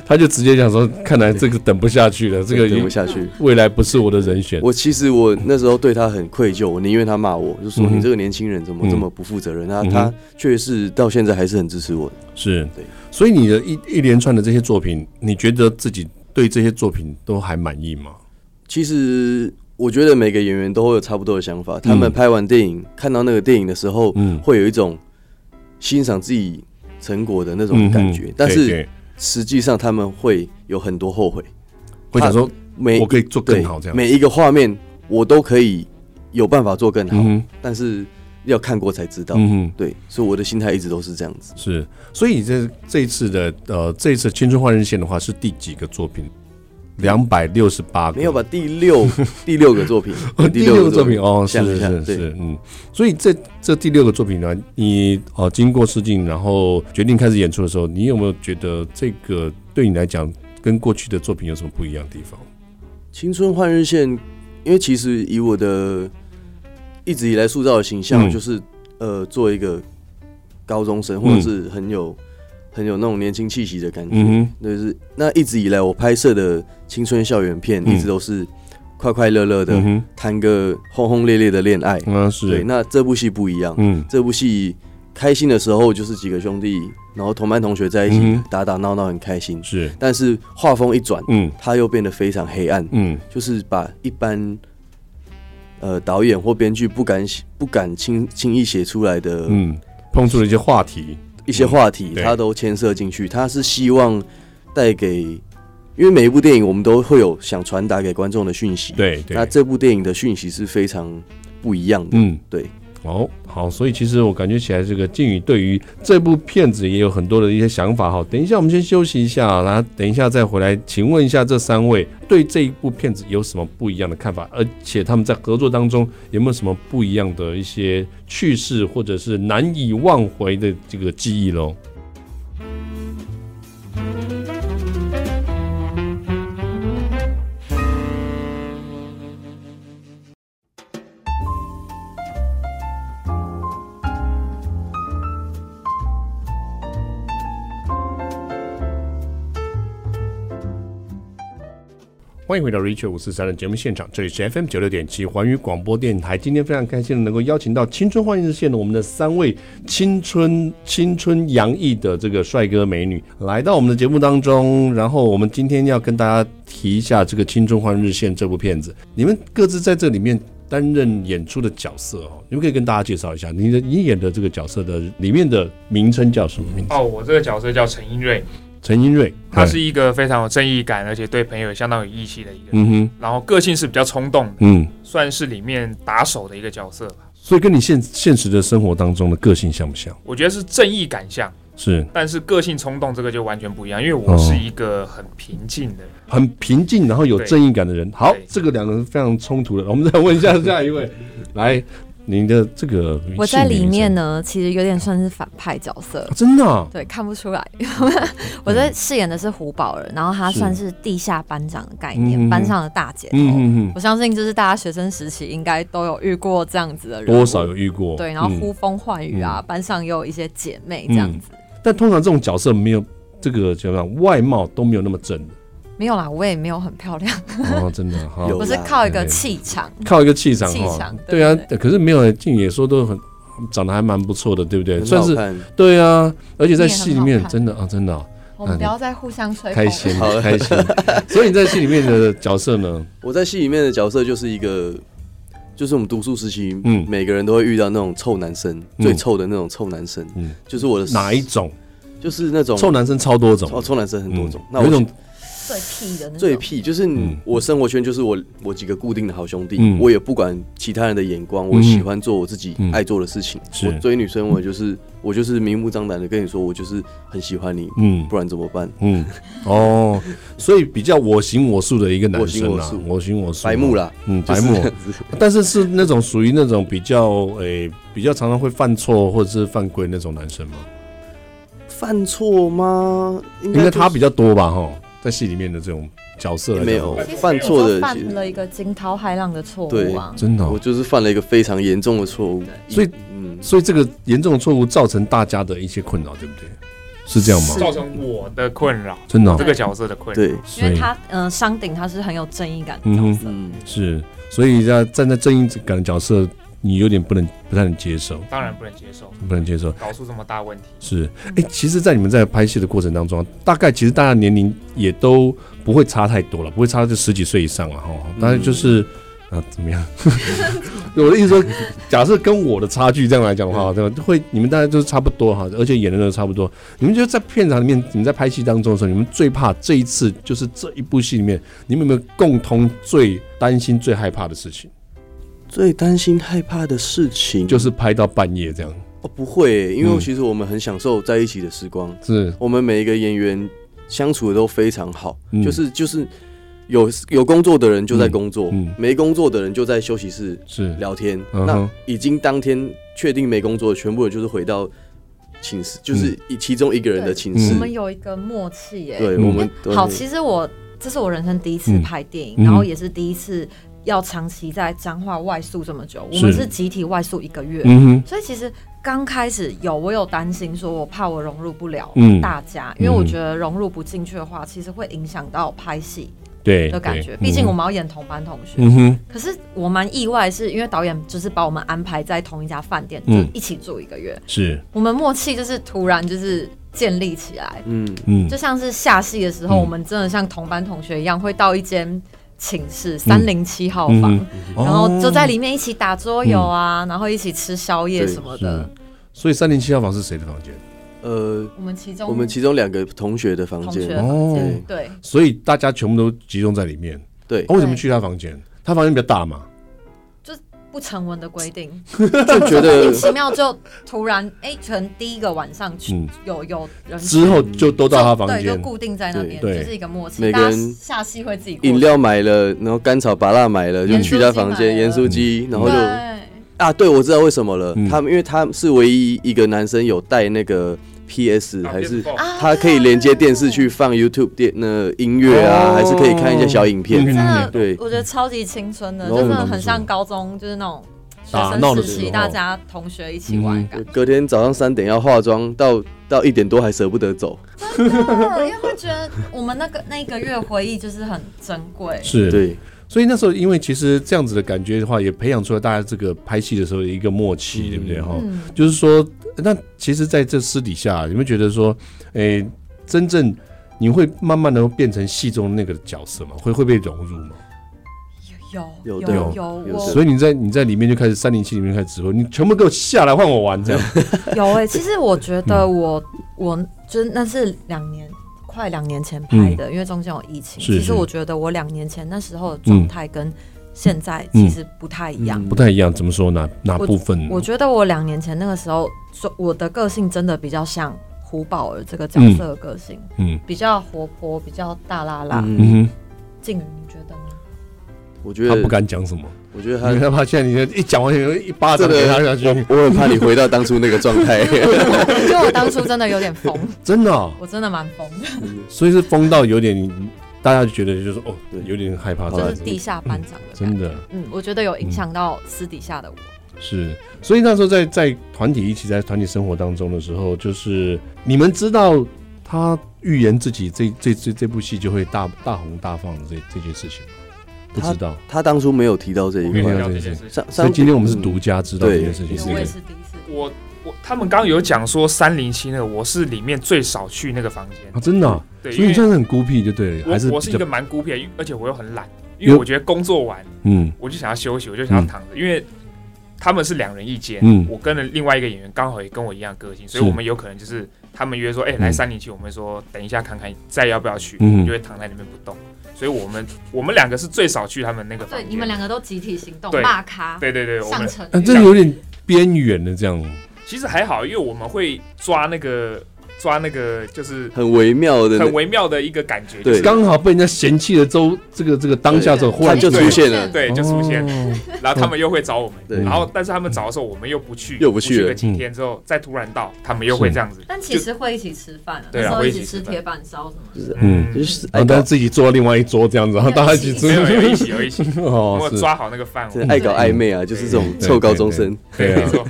Speaker 1: 他就直接讲说，看来这个等不下去了，这个已
Speaker 4: 等
Speaker 1: 经
Speaker 4: 不下去。
Speaker 1: 未来不是我的人选。
Speaker 4: 我其实我那时候对他很愧疚，我宁愿他骂我，就说
Speaker 1: 嗯哼
Speaker 4: 你这个年轻人怎么这么不负责任？那
Speaker 1: 嗯哼
Speaker 4: 他确实到现在还是很支持我的。
Speaker 1: 是
Speaker 4: 对，
Speaker 1: 所以你的一一连串的这些作品，你觉得自己对这些作品都还满意吗？
Speaker 4: 其实我觉得每个演员都会有差不多的想法，他们拍完电影看到那个电影的时候，
Speaker 1: 嗯
Speaker 4: 会有一种欣赏自己成果的那种感觉，
Speaker 1: 嗯
Speaker 4: 但
Speaker 1: 对
Speaker 4: 是
Speaker 1: 对
Speaker 4: 实际上他们会有很多后悔，
Speaker 1: 会想说，
Speaker 4: 每
Speaker 1: 我可以做
Speaker 4: 哎对
Speaker 1: 更好这样。
Speaker 4: 每一个画面我都可以有办法做更好，
Speaker 1: 嗯
Speaker 4: 但是要看过才知道。
Speaker 1: 哼，嗯哼，
Speaker 4: 对，所以我的心态一直都是这样子。
Speaker 1: 是。所以你这这一次的呃，这一次《青春换人线》的话是第几个作品？两百六十八个，
Speaker 4: 没有吧？第六 第六个作品
Speaker 1: 哦，，第六个作
Speaker 4: 作
Speaker 1: 品哦，是
Speaker 4: 想一
Speaker 1: 是
Speaker 4: 下
Speaker 1: 是
Speaker 4: 对
Speaker 1: 是，嗯，所以这这第六个作品呢，你哦经过试镜，然后决定开始演出的时候，你有没有觉得这个对你来讲跟过去的作品有什么不一样的地方？
Speaker 4: 青春换日线，因为其实以我的一直以来塑造的形象，
Speaker 1: 嗯
Speaker 4: 就是呃，做一个高中生，或者是很有、很有那种年轻气息的感觉。
Speaker 1: 嗯
Speaker 4: 就是那一直以来我拍摄的青春校园片，
Speaker 1: 嗯
Speaker 4: 一直都是快快乐乐
Speaker 1: 哼，嗯
Speaker 4: 的，
Speaker 1: 哼，
Speaker 4: 谈个轰轰烈烈的恋爱。
Speaker 1: 啊
Speaker 4: 对，
Speaker 1: 是，
Speaker 4: 那这部戏不一样，
Speaker 1: 嗯
Speaker 4: 这部戏开心的时候就是几个兄弟，然后同班同学在一起、
Speaker 1: 嗯哼
Speaker 4: 打打闹闹，很开心。
Speaker 1: 是，
Speaker 4: 但是画风一转，
Speaker 1: 嗯
Speaker 4: 它又变得非常黑暗，
Speaker 1: 嗯
Speaker 4: 就是把一般呃导演或编剧不敢写、不敢轻轻易写出来的
Speaker 1: 嗯，碰出了一些话题，
Speaker 4: 一些话题，
Speaker 1: 对
Speaker 4: 他都牵涉进去。他是希望带给，因为每一部电影我们都会有想传达给观众的讯息，
Speaker 1: 对
Speaker 4: 那
Speaker 1: 对，
Speaker 4: 这部电影的讯息是非常不一样的。
Speaker 1: 嗯
Speaker 4: 对，
Speaker 1: 哦，好，所以其实我感觉起来，这个靖宇对于这部片子也有很多的一些想法哈。等一下，我们先休息一下，然后等一下再回来，请问一下这三位对这一部片子有什么不一样的看法？而且他们在合作当中有没有什么不一样的一些趣事，或者是难以忘怀的这个记忆喽？欢迎回到 Richard 五四三的节目现场，这里是 FM 九六点七环宇广播电台。今天非常开心的能够邀请到青春换日线的我们的三位青春青春洋溢的这个帅哥美女来到我们的节目当中。然后我们今天要跟大家提一下这个《青春换日线》这部片子，你们各自在这里面担任演出的角色哦，你们可以跟大家介绍一下你的你演的这个角色的里面的名称叫什么名字？
Speaker 2: 哦，我这个角色叫陈英瑞，
Speaker 1: 陈英瑞，
Speaker 2: 他是一个非常有正义感，而且对朋友相当有义气的一个人，
Speaker 1: 嗯哼
Speaker 2: 然后个性是比较冲动的，
Speaker 1: 嗯，
Speaker 2: 算是里面打手的一个角色吧。
Speaker 1: 所以跟你现现实的生活当中的个性像不像？
Speaker 2: 我觉得是正义感像，
Speaker 1: 是。
Speaker 2: 但是个性冲动这个就完全不一样，因为我是一个很平静的人。
Speaker 1: 很平静，然后有正义感的人。好
Speaker 2: 对，
Speaker 1: 这个两个人非常冲突 的。我们再问一下下一位，来，您的这个
Speaker 3: 我在里面
Speaker 1: 呢，
Speaker 3: 呢，其实有点算是反派角色
Speaker 1: 啊，真的啊、
Speaker 3: 对，看不出来。 我在
Speaker 1: 嗯
Speaker 3: 饰演的是胡宝儿，然后她
Speaker 1: 是
Speaker 3: 算是地下班长的概
Speaker 1: 嗯
Speaker 3: 念，班上的大姐头。
Speaker 1: 嗯嗯
Speaker 3: 我相信就是大家学生时期应该都有遇过这样子的
Speaker 1: 嗯，
Speaker 3: 人，
Speaker 1: 多少有遇过。
Speaker 3: 对，然后呼
Speaker 1: 嗯、
Speaker 3: 风唤雨啊，班上也有一些姐妹这样子。
Speaker 1: 但通常这种角色没有这个叫什么外貌都没有那么 正的
Speaker 3: 没有啦，我也没有很漂亮，
Speaker 1: 哦，真的哈，
Speaker 4: 有
Speaker 3: 我是靠一个气场。
Speaker 1: 靠一个气场
Speaker 3: 气
Speaker 1: 哈
Speaker 3: 场，
Speaker 1: 对啊
Speaker 3: 对，
Speaker 1: 可是没有静也说都很长得还蛮不错的，对不对？
Speaker 4: 很
Speaker 1: 算
Speaker 4: 好
Speaker 1: 是
Speaker 4: 看。
Speaker 1: 对啊，而且在
Speaker 3: 你也很
Speaker 1: 戏里
Speaker 3: 好
Speaker 1: 面
Speaker 3: 看
Speaker 1: 真的啊，真的啊、
Speaker 4: 嗯
Speaker 3: 我们不要再互相吹捧
Speaker 1: 开
Speaker 3: 了。
Speaker 1: 心
Speaker 4: 好了
Speaker 1: 开心。 所以你在戏里面的角色 呢，
Speaker 4: 我在戏里面的角色就是一个，就是我们读书时期，
Speaker 1: 嗯
Speaker 4: 每个人都会遇到那种臭男生，
Speaker 1: 嗯
Speaker 4: 最臭的那种臭男生，
Speaker 1: 嗯
Speaker 4: 就是我的
Speaker 1: 哪一种？
Speaker 4: 就是那种
Speaker 1: 臭男生超多种，嗯
Speaker 4: 哦，臭男生很多种。那
Speaker 1: 有一
Speaker 4: 我
Speaker 1: 种
Speaker 3: 最屁的那
Speaker 4: 最屁就是你
Speaker 1: 嗯
Speaker 4: 我生活圈就是我我几个固定的好兄弟，
Speaker 1: 嗯
Speaker 4: 我也不管其他人的眼光，我
Speaker 1: 嗯
Speaker 4: 喜欢做我自己
Speaker 1: 嗯
Speaker 4: 爱做的事情。
Speaker 1: 是
Speaker 4: 我追女生，我就是我就是明目张胆的跟你说，我就是很喜欢你，
Speaker 1: 嗯
Speaker 4: 不然怎么办？
Speaker 1: 嗯，哦，所以比较我行我素的一个男生啊
Speaker 4: 我行我，素
Speaker 1: 我行我素，
Speaker 4: 白目，啦，
Speaker 1: 嗯，
Speaker 4: 就
Speaker 1: 白
Speaker 4: 是
Speaker 1: 目
Speaker 4: 这，样子
Speaker 1: 但是是那种属于那种比较诶、比较常常会犯错或者是犯规那种男生吗？
Speaker 4: 犯错吗？应
Speaker 1: 应该
Speaker 4: 该
Speaker 1: 他
Speaker 4: 他
Speaker 1: 比较多吧，哈，在戏里面的这种角色来讲
Speaker 4: 没有
Speaker 3: 其实
Speaker 4: 犯
Speaker 3: 你就
Speaker 4: 错的其
Speaker 3: 犯
Speaker 4: 实
Speaker 3: 了一个惊涛骇浪的错误啊。
Speaker 1: 真的哦、
Speaker 4: 我就是犯了一个非常严重的错误，
Speaker 1: 所以
Speaker 4: 嗯，
Speaker 1: 所以这个严重的错误造成大家的一些困扰，对不对？是这样吗？
Speaker 2: 造成我的困扰，
Speaker 1: 真的哦、
Speaker 2: 这个角色的困
Speaker 4: 对
Speaker 2: 扰。，
Speaker 1: 所
Speaker 3: 因为
Speaker 1: 以
Speaker 3: 他，嗯、呃，商鼎他是很有正义感的
Speaker 1: 嗯
Speaker 3: 角
Speaker 1: 哼
Speaker 3: 色，
Speaker 4: 嗯，
Speaker 1: 是，所以要站在正义感的角色，你有点不能不太能接受，
Speaker 2: 当然不能接受，
Speaker 1: 不能接受。
Speaker 2: 搞出这么大问题。
Speaker 1: 是，哎、其实，在你们在拍戏的过程当中，啊大概其实大家年龄也都不会差太多了，不会差就十几岁以上了哈。大概就是、啊，怎么样？ 我的意思说，假设跟我的差距这样来讲的话，对吧？会你们大概就是差不多哈，而且演的都差不多。你们觉得在片场里面，你们在拍戏当中的时候，你们最怕这一次就是这一部戏里面，你们有没有共同最担心、最害怕的事情？
Speaker 4: 最担心害怕的事情
Speaker 1: 就是拍到半夜这样，
Speaker 4: 哦，不会，因
Speaker 1: 嗯
Speaker 4: 为其实我们很享受在一起的时光，
Speaker 1: 是
Speaker 4: 我们每一个演员相处的都非常好，
Speaker 1: 嗯
Speaker 4: 就是就是有有工作的人就在工作，
Speaker 1: 嗯嗯
Speaker 4: 没工作的人就在休息室
Speaker 1: 是，
Speaker 4: 聊天。
Speaker 1: 嗯
Speaker 4: 那
Speaker 1: 哼
Speaker 4: 已经当天确定没工作，全部人就是回到寝室，就是一其中一个人的寝
Speaker 1: 嗯
Speaker 3: 我
Speaker 4: 室。
Speaker 3: 们有一个默契耶、
Speaker 4: 对，
Speaker 1: 嗯
Speaker 4: 我
Speaker 3: 因
Speaker 4: 们
Speaker 3: 为
Speaker 4: 都
Speaker 3: 好，其实我这是我人生第一次
Speaker 1: 嗯
Speaker 3: 拍电影，
Speaker 1: 嗯
Speaker 3: 然后也是第一次要长期在彰化外宿这么久，我们
Speaker 1: 是
Speaker 3: 是集体外宿一个月，
Speaker 1: 嗯哼，
Speaker 3: 所以其实刚开始有我有担心，说我怕我融入不了
Speaker 1: 嗯
Speaker 3: 大家，因为我
Speaker 1: 嗯
Speaker 3: 觉得融入不进去的话，其实会影响到拍戏
Speaker 1: 对
Speaker 3: 的感
Speaker 1: 对
Speaker 3: 觉，毕竟
Speaker 1: 嗯
Speaker 3: 我们要演同班同学。
Speaker 1: 嗯哼，
Speaker 3: 可是我蛮意外，是因为导演就是把我们安排在同一家饭店，就
Speaker 1: 嗯
Speaker 3: 一起住一个月，
Speaker 1: 是，
Speaker 3: 我们默契就是突然就是建立起来。
Speaker 4: 嗯，
Speaker 1: 嗯
Speaker 3: 就像是下戏的时候，
Speaker 1: 嗯
Speaker 3: 我们真的像同班同学一样，会到一间寝室三零七号房，
Speaker 1: 嗯
Speaker 3: 然后就在
Speaker 1: 哦嗯
Speaker 3: 里面一起打桌游啊，然后一起吃宵夜什么的
Speaker 1: 是。所以三零七号房是谁的房间？
Speaker 4: 呃，
Speaker 3: 我们其中
Speaker 4: 我们其中两个同学的房
Speaker 3: 同学
Speaker 4: 间，
Speaker 1: 哦
Speaker 4: 对
Speaker 3: 对
Speaker 1: 所以大家全部都集中在里面。
Speaker 4: 对
Speaker 1: 哦、为什么去他房间？他房间比较大嘛。
Speaker 3: 不成文的规定，
Speaker 4: 就觉
Speaker 3: 莫
Speaker 4: 得
Speaker 3: 名其妙就突然哎，可能第一个晚上去
Speaker 1: 嗯，
Speaker 3: 有有人
Speaker 1: 之后就都到他
Speaker 3: 就
Speaker 1: 房
Speaker 3: 对，就
Speaker 1: 间。
Speaker 3: 固定在那边，就
Speaker 1: 对
Speaker 3: 是一个默契。
Speaker 4: 每个
Speaker 3: 大家
Speaker 4: 人
Speaker 3: 下戏会自己过
Speaker 4: 饮料买了，然后干炒拔辣买了，就
Speaker 3: 盐酥
Speaker 4: 去他
Speaker 3: 鸡
Speaker 4: 房
Speaker 3: 买
Speaker 4: 间，
Speaker 3: 了
Speaker 4: 盐酥鸡，然后
Speaker 3: 对
Speaker 4: 就啊，对，我知道为什么了。
Speaker 1: 嗯
Speaker 4: 他们因为他是唯一一个男生有带那个 PS，还是
Speaker 2: 啊
Speaker 3: 啊，
Speaker 4: 他可以连接电视去放 YouTube 电那音乐啊，
Speaker 1: 哦
Speaker 4: 还是可以看一些小影片。
Speaker 1: 嗯
Speaker 3: 真的，
Speaker 4: 对
Speaker 3: 我觉得超级青春的，
Speaker 4: 然后
Speaker 3: 真
Speaker 4: 我
Speaker 3: 的
Speaker 4: 们
Speaker 3: 很
Speaker 1: 就
Speaker 3: 像高中，就是那种学
Speaker 1: 打闹
Speaker 3: 生
Speaker 1: 的
Speaker 3: 时
Speaker 1: 时
Speaker 3: 期，
Speaker 1: 候嗯
Speaker 3: 大家同学一起玩的感觉。
Speaker 4: 隔天早上三点要化妆，到到一点多还舍不得走。
Speaker 3: 因为会觉得我们那个那一个月回忆就是很珍贵。
Speaker 1: 是。
Speaker 4: 对，
Speaker 1: 所以那时候，因为其实这样子的感觉的话，也培养出了大家这个拍戏的时候的一个默契，
Speaker 4: 嗯
Speaker 1: 对不对？哈、
Speaker 3: 嗯，
Speaker 1: 就是说，那其实在这私底下，你们觉得说，诶、真正你会慢慢的变成戏中那个角色吗？会会被融入吗？
Speaker 3: 有
Speaker 4: 有
Speaker 1: 的
Speaker 3: 有
Speaker 1: 有
Speaker 4: 有
Speaker 3: 我
Speaker 4: 的
Speaker 1: 所以你在你在里面就开始三零七里面开始指挥，你全部给我下来换我玩这样。
Speaker 3: 有哎、其实我觉得我我就是那是两年快两年前拍的，因为中间有疫情。
Speaker 1: 是
Speaker 3: 其
Speaker 1: 是
Speaker 3: 实我觉得我两年前那时候的状态跟现在其实不太一样。
Speaker 4: 嗯
Speaker 1: 不太一样，怎么说哪哪
Speaker 3: 我
Speaker 1: 部分？
Speaker 3: 我觉得我两年前那个时候，说我的个性真的比较像胡宝儿这个角色的个性，
Speaker 1: 嗯
Speaker 3: 比较活泼，比较大啦啦。
Speaker 1: 嗯
Speaker 4: 嗯，
Speaker 1: 哼，
Speaker 3: 静、宇，你觉得呢？
Speaker 4: 我觉
Speaker 1: 他不
Speaker 4: 得，
Speaker 1: 敢讲什么，
Speaker 4: 我觉得
Speaker 1: 因为
Speaker 4: 他，
Speaker 1: 他怕现在你一讲完一巴掌给他下去，
Speaker 4: 我很怕你回到当初那个状 态。
Speaker 3: 因为我当初真的有点疯，
Speaker 1: 真的哦、
Speaker 3: 我真的蛮疯的，
Speaker 1: 所以是疯到有点，大家就觉得就是说哦
Speaker 4: 对，
Speaker 1: 有点害怕这
Speaker 4: 好
Speaker 3: 就
Speaker 1: 样
Speaker 4: 啦
Speaker 3: 是
Speaker 1: 子，
Speaker 3: 地下班长的感
Speaker 1: 真
Speaker 3: 觉。
Speaker 1: 的
Speaker 3: 嗯，我觉得有影响到私底下的我。
Speaker 1: 是。所以那时候在在团体一起在团体生活当中的时候，就是你们知道他预言自己这这这这部戏就会大大红大放的这这件事情吗，不知道。
Speaker 4: 他当初没有提到这一
Speaker 1: 没有
Speaker 4: 块
Speaker 1: 提。
Speaker 2: 这件事情。
Speaker 4: 上
Speaker 1: 所以
Speaker 4: 上
Speaker 1: 今天我们是
Speaker 4: 嗯
Speaker 1: 独家知道这
Speaker 4: 对
Speaker 1: 件事情
Speaker 3: 因
Speaker 1: 是
Speaker 3: 为
Speaker 1: 一
Speaker 3: 我也
Speaker 1: 个
Speaker 3: 是第一次，
Speaker 2: 我我他们刚刚有讲说三零七那个，我是里面最少去那个房间
Speaker 1: 啊，。真的啊、
Speaker 2: 对，
Speaker 1: 所以
Speaker 2: 因
Speaker 1: 你
Speaker 2: 为
Speaker 1: 算是很孤僻，就对了，还是
Speaker 2: 我我
Speaker 1: 比
Speaker 2: 是一
Speaker 1: 较
Speaker 2: 个蛮孤僻的，因而且我又很懒，因为
Speaker 1: 有
Speaker 2: 我觉得工作完
Speaker 1: 嗯
Speaker 2: 我就想要休息，我就想要躺着，因为他们是两人一间，
Speaker 1: 嗯
Speaker 2: 我跟了另外一个演员刚好也跟我一样个性，所以
Speaker 1: 是
Speaker 2: 我们有可能就是他们约说，哎、
Speaker 1: 嗯
Speaker 2: 来三零七，我们说等一下看看再要不要去，
Speaker 1: 嗯
Speaker 2: 就会躺在里面不动，所以我们我们两个是最少去他们那个房
Speaker 3: 对
Speaker 2: 间，
Speaker 3: 你们两个都集体行动，
Speaker 2: 对
Speaker 3: 骂咖
Speaker 2: 对对对，我
Speaker 3: 上
Speaker 2: 们
Speaker 3: 层
Speaker 1: 啊，这有点边缘的这样，
Speaker 2: 其实还好，因为我们会抓那个抓那个就是
Speaker 4: 很微妙的那
Speaker 2: 很微妙的一个感觉，
Speaker 4: 对
Speaker 2: 就是
Speaker 1: 刚好被人家嫌弃的周，这个这个当下之后，忽
Speaker 4: 他
Speaker 1: 然
Speaker 4: 就出现了，
Speaker 2: 对，就出现。
Speaker 1: 哦
Speaker 2: 然后他们又会找我们，
Speaker 4: 对
Speaker 2: 然后但是他们找的时候，我们又不去，
Speaker 4: 又不去了
Speaker 2: 个几天之后，再突然到，他们又会这样子。
Speaker 3: 嗯但其实会一起吃饭啊，
Speaker 2: 对
Speaker 3: 那
Speaker 2: 啊
Speaker 3: 时候
Speaker 2: 会一
Speaker 3: 一
Speaker 2: 起
Speaker 3: 起
Speaker 2: 吃
Speaker 3: 吃
Speaker 2: 饭
Speaker 3: 铁板烧什么的。
Speaker 4: 就
Speaker 2: 嗯，
Speaker 4: 是
Speaker 1: 然
Speaker 4: 爱
Speaker 1: 啊后大家
Speaker 4: 搞
Speaker 1: 自己坐到另外一桌这样子，然后 大家一起吃
Speaker 2: 没有有一起有一起，
Speaker 1: 哦
Speaker 2: 我，
Speaker 1: 是，
Speaker 2: 抓好那个范
Speaker 4: 真
Speaker 2: 围
Speaker 4: 的。爱搞暧昧啊，就是这种臭高中生，
Speaker 1: 嗯对
Speaker 2: 没
Speaker 1: 啊，
Speaker 2: 错，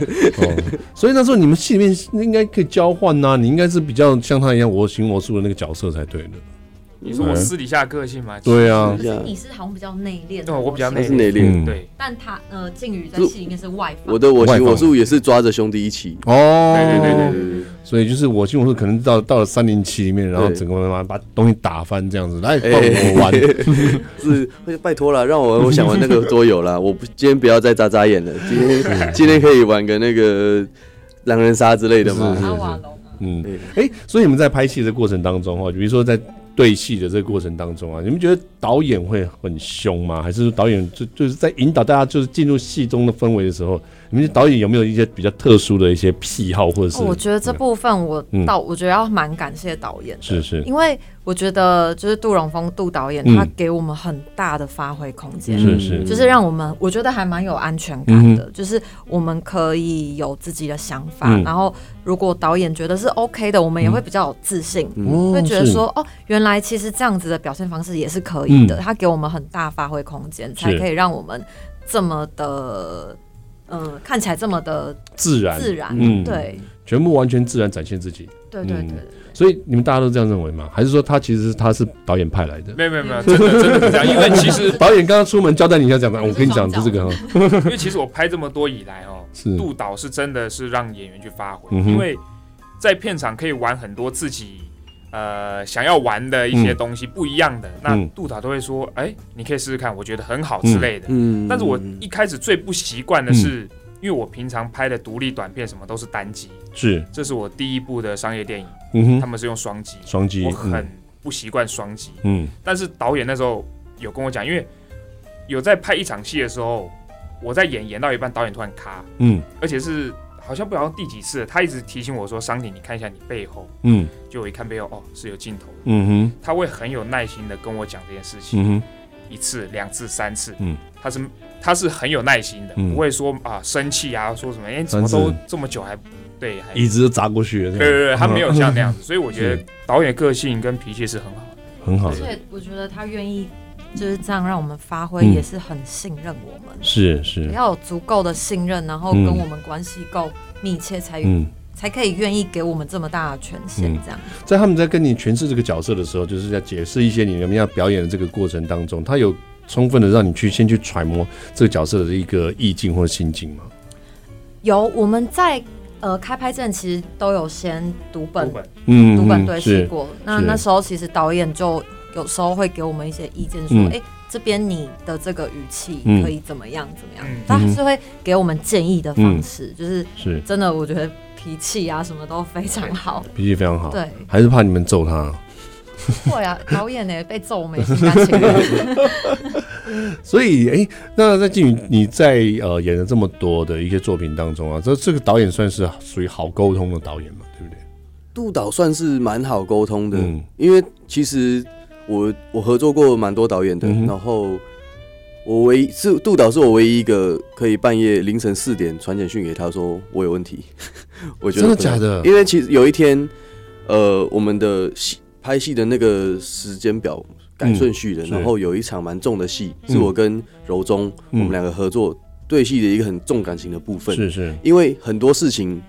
Speaker 1: 哦，所以那时候你们戏里面应该可以交换呐、你应该是比较像他一样我行我素的那个角色才对的。
Speaker 2: 你说我私底下个性吗？
Speaker 1: 对啊
Speaker 3: 可，是你是好像比较内敛的，
Speaker 2: 对哦我比较内
Speaker 4: 他
Speaker 2: 敛
Speaker 4: 是内敛。
Speaker 1: 嗯
Speaker 2: 对，
Speaker 3: 但他呃，靖宇在戏里面是外放，
Speaker 4: 我的我
Speaker 1: 外
Speaker 4: 行
Speaker 1: 放
Speaker 4: 我素也是抓着兄弟一起，
Speaker 1: 哦，
Speaker 2: 对对对
Speaker 4: 对对对
Speaker 1: 所以就是我行我素可能到到了三零七里面，然后整个妈妈把东西打翻这样子，来帮我玩。
Speaker 4: 是会拜托了，让我我想玩那个桌游啦，我不今天不要再眨眨眼了，今天今天可以玩个那个狼人杀之类的嘛
Speaker 1: 是是
Speaker 3: 阿瓦隆啊，
Speaker 1: 嗯
Speaker 4: 对，
Speaker 1: 哎、所以你们在拍戏的过程当中哈，比如说在对戏的这个过程当中啊，你们觉得导演会很凶吗？还是导演就就是在引导大家就是进入戏中的氛围的时候，你们导演有没有一些比较特殊的一些癖好或者是？
Speaker 3: 哦我觉得这部分我
Speaker 1: 嗯
Speaker 3: 到，我觉得要蛮感谢导演的，
Speaker 1: 是是
Speaker 3: 因为我觉得就是杜荣峰杜导演，
Speaker 1: 嗯
Speaker 3: 他给我们很大的发挥空间，
Speaker 1: 是是
Speaker 3: 就是让我们我觉得还蛮有安全感的，就是我们可以有自己的想法，
Speaker 1: 嗯
Speaker 3: 然后如果导演觉得是 OK 的，我们也会比较有自信，
Speaker 1: 哦
Speaker 3: 会觉得
Speaker 1: 是
Speaker 3: 说哦，原来其实这样子的表现方式也是可以的，
Speaker 1: 嗯
Speaker 3: 他给我们很大发挥空间，才可以让我们这么的。嗯，看起来这么的
Speaker 1: 自然
Speaker 3: 自然，
Speaker 1: 嗯
Speaker 3: 对，
Speaker 1: 全部完全自然展现自己。
Speaker 3: 对对对
Speaker 1: 嗯
Speaker 3: 对
Speaker 1: 所以你们大家都这样认为吗？还是说他其实是他是导演派来的？
Speaker 2: 没有没有没有，真的真的是这样，因为其实
Speaker 1: 导演刚刚出门交代你一下，讲的，
Speaker 3: 就是
Speaker 1: 我跟你讲，就
Speaker 3: 双
Speaker 1: 这
Speaker 3: 脚
Speaker 1: 个哈，
Speaker 2: 因为其实我拍这么多以来哦，
Speaker 1: 是
Speaker 2: 杜导是真的是让演员去发挥，
Speaker 1: 嗯哼
Speaker 2: 因为在片场可以玩很多自己呃想要玩的一些
Speaker 1: 嗯
Speaker 2: 东西不一样的，那
Speaker 1: 嗯
Speaker 2: 杜导都会说，哎、你可以试试看，我觉得很好之类的。
Speaker 4: 嗯
Speaker 2: 但是我一开始最不习惯的是，
Speaker 1: 嗯
Speaker 2: 因为我平常拍的独立短片什么都是单机，
Speaker 1: 是，
Speaker 2: 这是我第一部的商业电影，
Speaker 1: 嗯
Speaker 2: 他
Speaker 1: 哼，
Speaker 2: 们是用双机，
Speaker 1: 双击
Speaker 2: 我，很不习惯双机。
Speaker 1: 嗯
Speaker 2: 但是导演那时候有跟我讲，因为有在拍一场戏的时候，我在演演到一半，导演突然卡，
Speaker 1: 嗯
Speaker 2: 而且是好像不知道第几次了，他一直提醒我说：“桑迪，你看一下你背后。
Speaker 1: 嗯”
Speaker 2: 就我一看背后，哦，是有镜头的。
Speaker 1: 嗯哼
Speaker 2: 他会很有耐心的跟我讲这件事情，
Speaker 1: 嗯哼，
Speaker 2: 一次、两次、三次。
Speaker 1: 嗯，
Speaker 2: 他是他是很有耐心的，
Speaker 1: 嗯
Speaker 2: 不会说啊生气啊，说什么哎、怎
Speaker 1: 三
Speaker 2: 么
Speaker 1: 次
Speaker 2: 都这么久还对还
Speaker 1: 椅子都砸过去了，
Speaker 2: 对
Speaker 1: 这
Speaker 2: 对
Speaker 1: 样嗯
Speaker 2: 对，他没有像那 样子，所以我觉
Speaker 1: 是
Speaker 2: 得导演个性跟脾气是很好的。
Speaker 1: 很好
Speaker 3: 而，且我觉得他愿意就是这样让我们发挥，
Speaker 1: 嗯
Speaker 3: 也是很信任我们，
Speaker 1: 是是，
Speaker 3: 要有足够的信任，然后
Speaker 1: 嗯
Speaker 3: 跟我们关系够密切，才、
Speaker 1: 嗯。
Speaker 3: 才可以愿意给我们这么大的权限
Speaker 1: 嗯。
Speaker 3: 这样，
Speaker 1: 在他们在跟你诠释这个角色的时候，就是在解释一些你们要表演的这个过程当中，他有充分的让你去先去揣摩这个角色的一个意境或者心境吗？
Speaker 3: 有我们在呃开拍之前，其实都有先读本
Speaker 2: 不管
Speaker 1: 嗯
Speaker 3: 读本对戏
Speaker 1: 是
Speaker 3: 过。那
Speaker 1: 是
Speaker 3: 那时候其实导演就有时候会给我们一些意见，说：“
Speaker 1: 嗯
Speaker 3: 哎、这边你的这个语气
Speaker 1: 嗯
Speaker 3: 可以怎么样怎么样。
Speaker 2: 嗯
Speaker 3: 他是会给我们建议的方式，
Speaker 1: 嗯
Speaker 3: 就是
Speaker 1: 是，
Speaker 3: 真的，我觉得脾气啊什么都非常好。
Speaker 1: 脾气非常好，
Speaker 3: 对，
Speaker 1: 还是怕你们揍他。
Speaker 3: 会啊，导演呢、被揍我们也是感情 人。
Speaker 1: 所以，哎、那在靖宇，你在呃演了这么多的一些作品当中啊，这这个导演算是属于好沟通的导演嘛，对不对？
Speaker 4: 杜导算是蛮好沟通的，
Speaker 1: 嗯
Speaker 4: 因为其实我我合作过蛮多导演的，
Speaker 1: 嗯哼
Speaker 4: 然后我唯一是杜导是我唯一一个可以半夜凌晨四点传简讯给他说我有问题， 我觉得
Speaker 1: 真的
Speaker 4: 不太
Speaker 1: 假的？
Speaker 4: 因为其实有一天，呃，我们的戏拍戏的那个时间表改顺序的，
Speaker 1: 嗯是
Speaker 4: 然后有一场蛮重的戏，
Speaker 1: 嗯
Speaker 4: 是我跟柔中、
Speaker 1: 嗯
Speaker 4: 我们两个合作对戏的一个很重感情的部分。
Speaker 1: 是是，
Speaker 4: 因为很多事情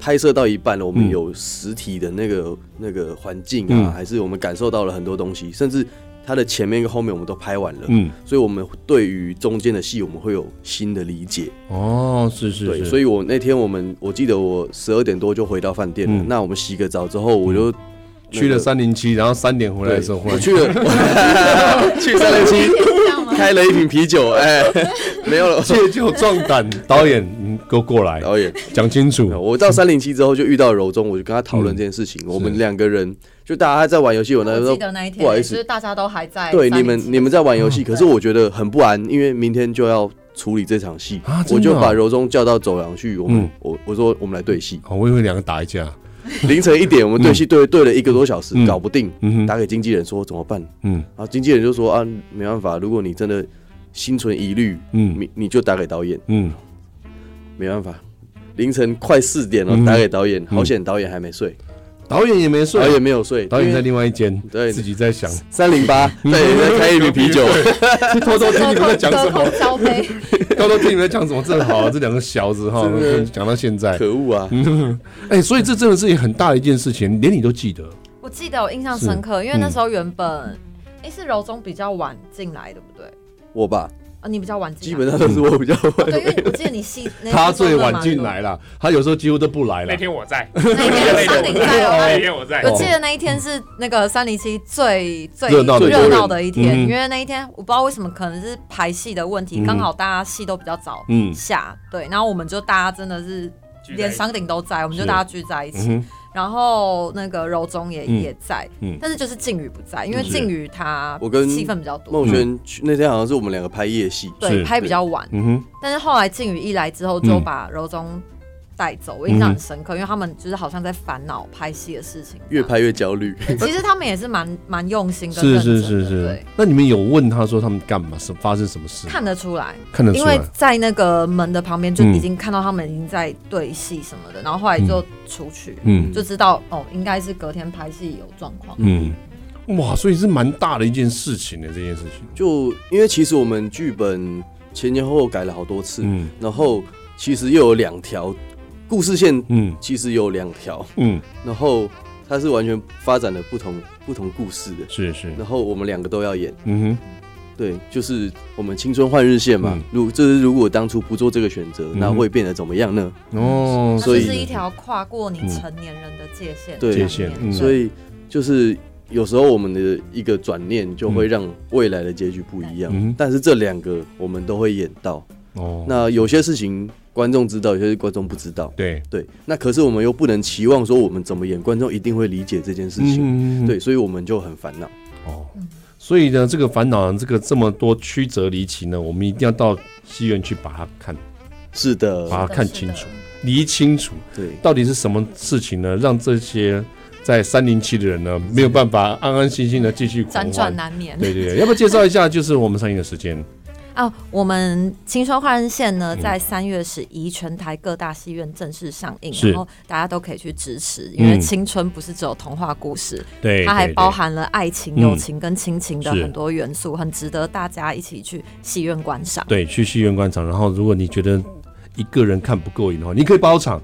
Speaker 4: 拍摄到一半了，我们
Speaker 1: 嗯
Speaker 4: 有实体的那个那个环境啊，
Speaker 1: 嗯
Speaker 4: 还是我们感受到了很多东西，甚至它的前面跟后面我们都拍完了，
Speaker 1: 嗯，
Speaker 4: 所以我们对于中间的戏我们会有新的理解。
Speaker 1: 哦，是是
Speaker 4: 对，
Speaker 1: 是，
Speaker 4: 所
Speaker 1: 以
Speaker 4: 以我那天我们我记得我十二点多就回到饭店了。
Speaker 1: 嗯
Speaker 4: 那我们洗个澡之后，我就、
Speaker 1: 去了三零七，然后三点回
Speaker 4: 那
Speaker 1: 来
Speaker 4: 个，
Speaker 1: 的时
Speaker 4: 对
Speaker 1: 候，忽
Speaker 4: 我
Speaker 1: 然
Speaker 4: 去了 去三零七，
Speaker 3: 这样吗？
Speaker 4: 开了一瓶啤酒， 哎，没有了。
Speaker 1: 借酒壮胆，导演，你给我过 来，
Speaker 4: 导演，
Speaker 1: 讲清楚。
Speaker 4: 啊我到三零七之后就遇到柔中，我就跟他讨论这件事情。
Speaker 1: 嗯
Speaker 4: 我们两个人就大家在玩游戏，我那时
Speaker 3: 我
Speaker 4: 候
Speaker 3: 啊记得那一天，
Speaker 4: 呃不好意
Speaker 3: 就
Speaker 4: 思
Speaker 3: 是，大家都还在
Speaker 4: 对
Speaker 3: 三
Speaker 4: 你
Speaker 3: 零
Speaker 4: 们
Speaker 3: 七
Speaker 4: 你们在玩游戏，
Speaker 1: 嗯
Speaker 4: 可是
Speaker 3: 对
Speaker 4: 我觉得很不安，因为明天就要处理这场戏
Speaker 1: 啊真，的
Speaker 4: 我就
Speaker 1: 啊
Speaker 4: 把柔中叫到走廊去，我们
Speaker 1: 嗯
Speaker 4: 我我说我们来对戏。
Speaker 1: 哦，我以为两个打一架，
Speaker 4: 凌晨一点，我们对戏对对了一个多小时，
Speaker 1: 嗯
Speaker 4: 搞不定，
Speaker 1: 嗯哼，
Speaker 4: 打给经纪人说怎么办？
Speaker 1: 嗯
Speaker 4: 然后经纪人就说啊，没办法，如果你真的心存疑虑，
Speaker 1: 嗯
Speaker 4: 你你就打给导演，
Speaker 1: 嗯
Speaker 4: 没办法。凌晨快四点了，
Speaker 1: 嗯
Speaker 4: 打给导演，好险导演还没睡，
Speaker 1: 导演也没睡
Speaker 4: 导，演没有睡，
Speaker 1: 导演在
Speaker 4: 因为
Speaker 1: 另外一间，
Speaker 4: 对
Speaker 1: 自己在 想，
Speaker 4: 三零八，导演在开一瓶啤酒，
Speaker 1: 偷偷听你们在讲什么，
Speaker 3: 隔空交杯，
Speaker 1: 偷偷听你们在讲什么，正好啊这两个小子哈
Speaker 4: 真的，
Speaker 1: 讲到现在，
Speaker 4: 可恶啊！
Speaker 1: 哎，所以这真的是很大的一件事情，连你都记得，
Speaker 3: 我记得我印象
Speaker 1: 是
Speaker 3: 深刻，因为那
Speaker 1: 嗯
Speaker 3: 时候原本哎是柔中比较晚进来，对不对？
Speaker 4: 我吧，
Speaker 3: 啊，你比较晚进来，
Speaker 4: 基本上都是我比较
Speaker 3: 哦对，因为
Speaker 4: 会，
Speaker 3: 我记得你 戏那
Speaker 1: 他
Speaker 3: 天
Speaker 1: 最
Speaker 3: 做得
Speaker 1: 晚
Speaker 3: 蛮
Speaker 1: 进
Speaker 3: 多
Speaker 1: 来了，他有时候几乎都不来了
Speaker 2: 那。天我在，
Speaker 3: 那一天是
Speaker 2: 那
Speaker 3: 山
Speaker 2: 天我
Speaker 3: 林在
Speaker 2: 在，
Speaker 3: 哦。
Speaker 2: 那天我在
Speaker 3: 我，记得那一天是那个三零七最最
Speaker 1: 热闹的
Speaker 3: 热闹的一天，
Speaker 1: 嗯
Speaker 3: 因为那一天我不知道为什么，可能是排戏的问题，
Speaker 1: 嗯
Speaker 3: 刚好大家戏都比较早
Speaker 1: 嗯
Speaker 3: 下，对，然后我们就大家真的是
Speaker 2: 聚在一
Speaker 3: 连
Speaker 2: 起
Speaker 3: 山顶都在，我们就是大家聚在一
Speaker 1: 嗯
Speaker 3: 起，
Speaker 1: 哼，
Speaker 3: 然后那个柔中也、
Speaker 1: 嗯
Speaker 3: 也在，
Speaker 1: 嗯
Speaker 3: 但是就是靖宇不在，因为
Speaker 1: 是
Speaker 3: 靖宇他
Speaker 4: 我跟
Speaker 3: 戏份比较多
Speaker 4: 孟，轩去那天好像是我们两个拍夜戏，
Speaker 1: 是
Speaker 3: 对，拍比较晚，
Speaker 1: 嗯哼，
Speaker 3: 但是后来靖宇一来之后，就把柔中带走，我印象很深
Speaker 1: 嗯
Speaker 3: 刻，因为他们就是好像在烦恼拍戏的事情，
Speaker 4: 越。拍越焦虑。
Speaker 3: 其实他们也是蛮蛮用心跟
Speaker 1: 是
Speaker 3: 认真
Speaker 1: 是
Speaker 3: 的，
Speaker 1: 是是
Speaker 3: 对，。
Speaker 1: 那你们有问他说他们干嘛？是发生什么事？
Speaker 3: 看得出来，
Speaker 1: 看得出
Speaker 3: 因为
Speaker 1: 来，
Speaker 3: 在那个门的旁边就
Speaker 1: 嗯
Speaker 3: 已经看到他们已经在对戏什么的，然后后来就出去，
Speaker 1: 嗯
Speaker 3: 就知道哦，应该是隔天拍戏有状况。
Speaker 1: 嗯，哇，所以是蛮大的一件事情的这件事情。
Speaker 4: 就因为其实我们剧本前前后后改了好多次，
Speaker 1: 嗯
Speaker 4: 然后其实又有两条故事线，
Speaker 1: 嗯
Speaker 4: 其实有两条，
Speaker 1: 嗯，
Speaker 4: 然后它是完全发展了不同不同故事的，
Speaker 1: 是是，
Speaker 4: 然后我们两个都要演。
Speaker 1: 嗯哼，
Speaker 4: 对，就是我们青春换日线嘛
Speaker 1: 嗯。
Speaker 4: 如这是如果当初不做这个选择，
Speaker 1: 嗯
Speaker 4: 那会变得怎么样呢？
Speaker 1: 哦，
Speaker 3: 它
Speaker 4: 所
Speaker 3: 就
Speaker 4: 以
Speaker 3: 是一条跨过你成年人的界限，
Speaker 1: 嗯
Speaker 4: 对
Speaker 1: 界限嗯
Speaker 4: 所以就是有时候我们的一个转念就会让未来的结局不一样。
Speaker 1: 嗯
Speaker 4: 但是这两个我们都会演到。
Speaker 1: 哦，
Speaker 4: 那有些事情观众知道，有些是观众不知道。
Speaker 1: 对，
Speaker 4: 对，那可是我们又不能期望说我们怎么演，观众一定会理解这件事情。
Speaker 1: 嗯
Speaker 4: 对，所以我们就很烦恼。
Speaker 1: 哦。所以呢，这个烦恼，这个这么多曲折离奇呢，我们一定要到戏院去把它看，
Speaker 4: 是
Speaker 1: 把
Speaker 3: 呃
Speaker 4: 的，
Speaker 1: 它看清楚，理清楚，
Speaker 4: 对，
Speaker 1: 到底是什么事情呢，让这些在三零七的人呢，没有办法安安心心的继续狂
Speaker 3: 辗
Speaker 1: 欢
Speaker 3: 转。难啊眠。
Speaker 1: 对对对，要不要介绍一下，就是我们上映的时间？
Speaker 3: 啊，我们《青春换人线》
Speaker 1: 嗯
Speaker 3: 呢，在三月十一全台各大戏院正式上映，
Speaker 1: 是
Speaker 3: 然后大家都可以去支持，因为
Speaker 1: 嗯
Speaker 3: 青春不是只有童话故事，
Speaker 1: 对，
Speaker 3: 它还
Speaker 1: 对对
Speaker 3: 包含了爱情、
Speaker 1: 嗯
Speaker 3: 友情跟亲情的
Speaker 1: 是
Speaker 3: 很多元素，很值得大家一起去戏院观赏。
Speaker 1: 对，去戏院观场。然后，如果你觉得一个人看不过瘾的话，你可以包场，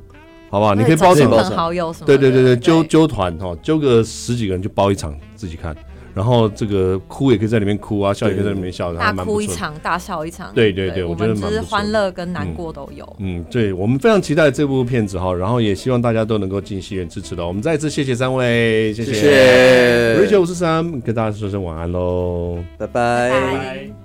Speaker 1: 好不啊好？你可以包
Speaker 3: 亲
Speaker 1: 场
Speaker 4: 包，
Speaker 3: 朋
Speaker 4: 场
Speaker 3: 好友什么
Speaker 1: 对
Speaker 3: 哎的？
Speaker 1: 对对对，揪揪团哈，揪个十几个人就包一场自己看。然后这个哭也可以在里面哭啊，笑也可以在里面笑，然后
Speaker 3: 大
Speaker 1: 还蛮不
Speaker 3: 哭一
Speaker 1: 错的。
Speaker 3: 场，大笑一场。
Speaker 1: 对对对我
Speaker 3: 我
Speaker 1: 觉得
Speaker 3: 们
Speaker 1: 蛮不
Speaker 3: 就是
Speaker 1: 错
Speaker 3: 欢乐跟难过都有。
Speaker 1: 嗯，对，我们非常期待这部片子哈，然后也希望大家都能够进戏院支持的。我们再一次谢谢三位，谢
Speaker 4: 谢
Speaker 1: 谢。
Speaker 4: 谢，
Speaker 1: 九五十三，跟大家说声晚安喽。
Speaker 4: 拜拜
Speaker 3: 拜
Speaker 2: 拜。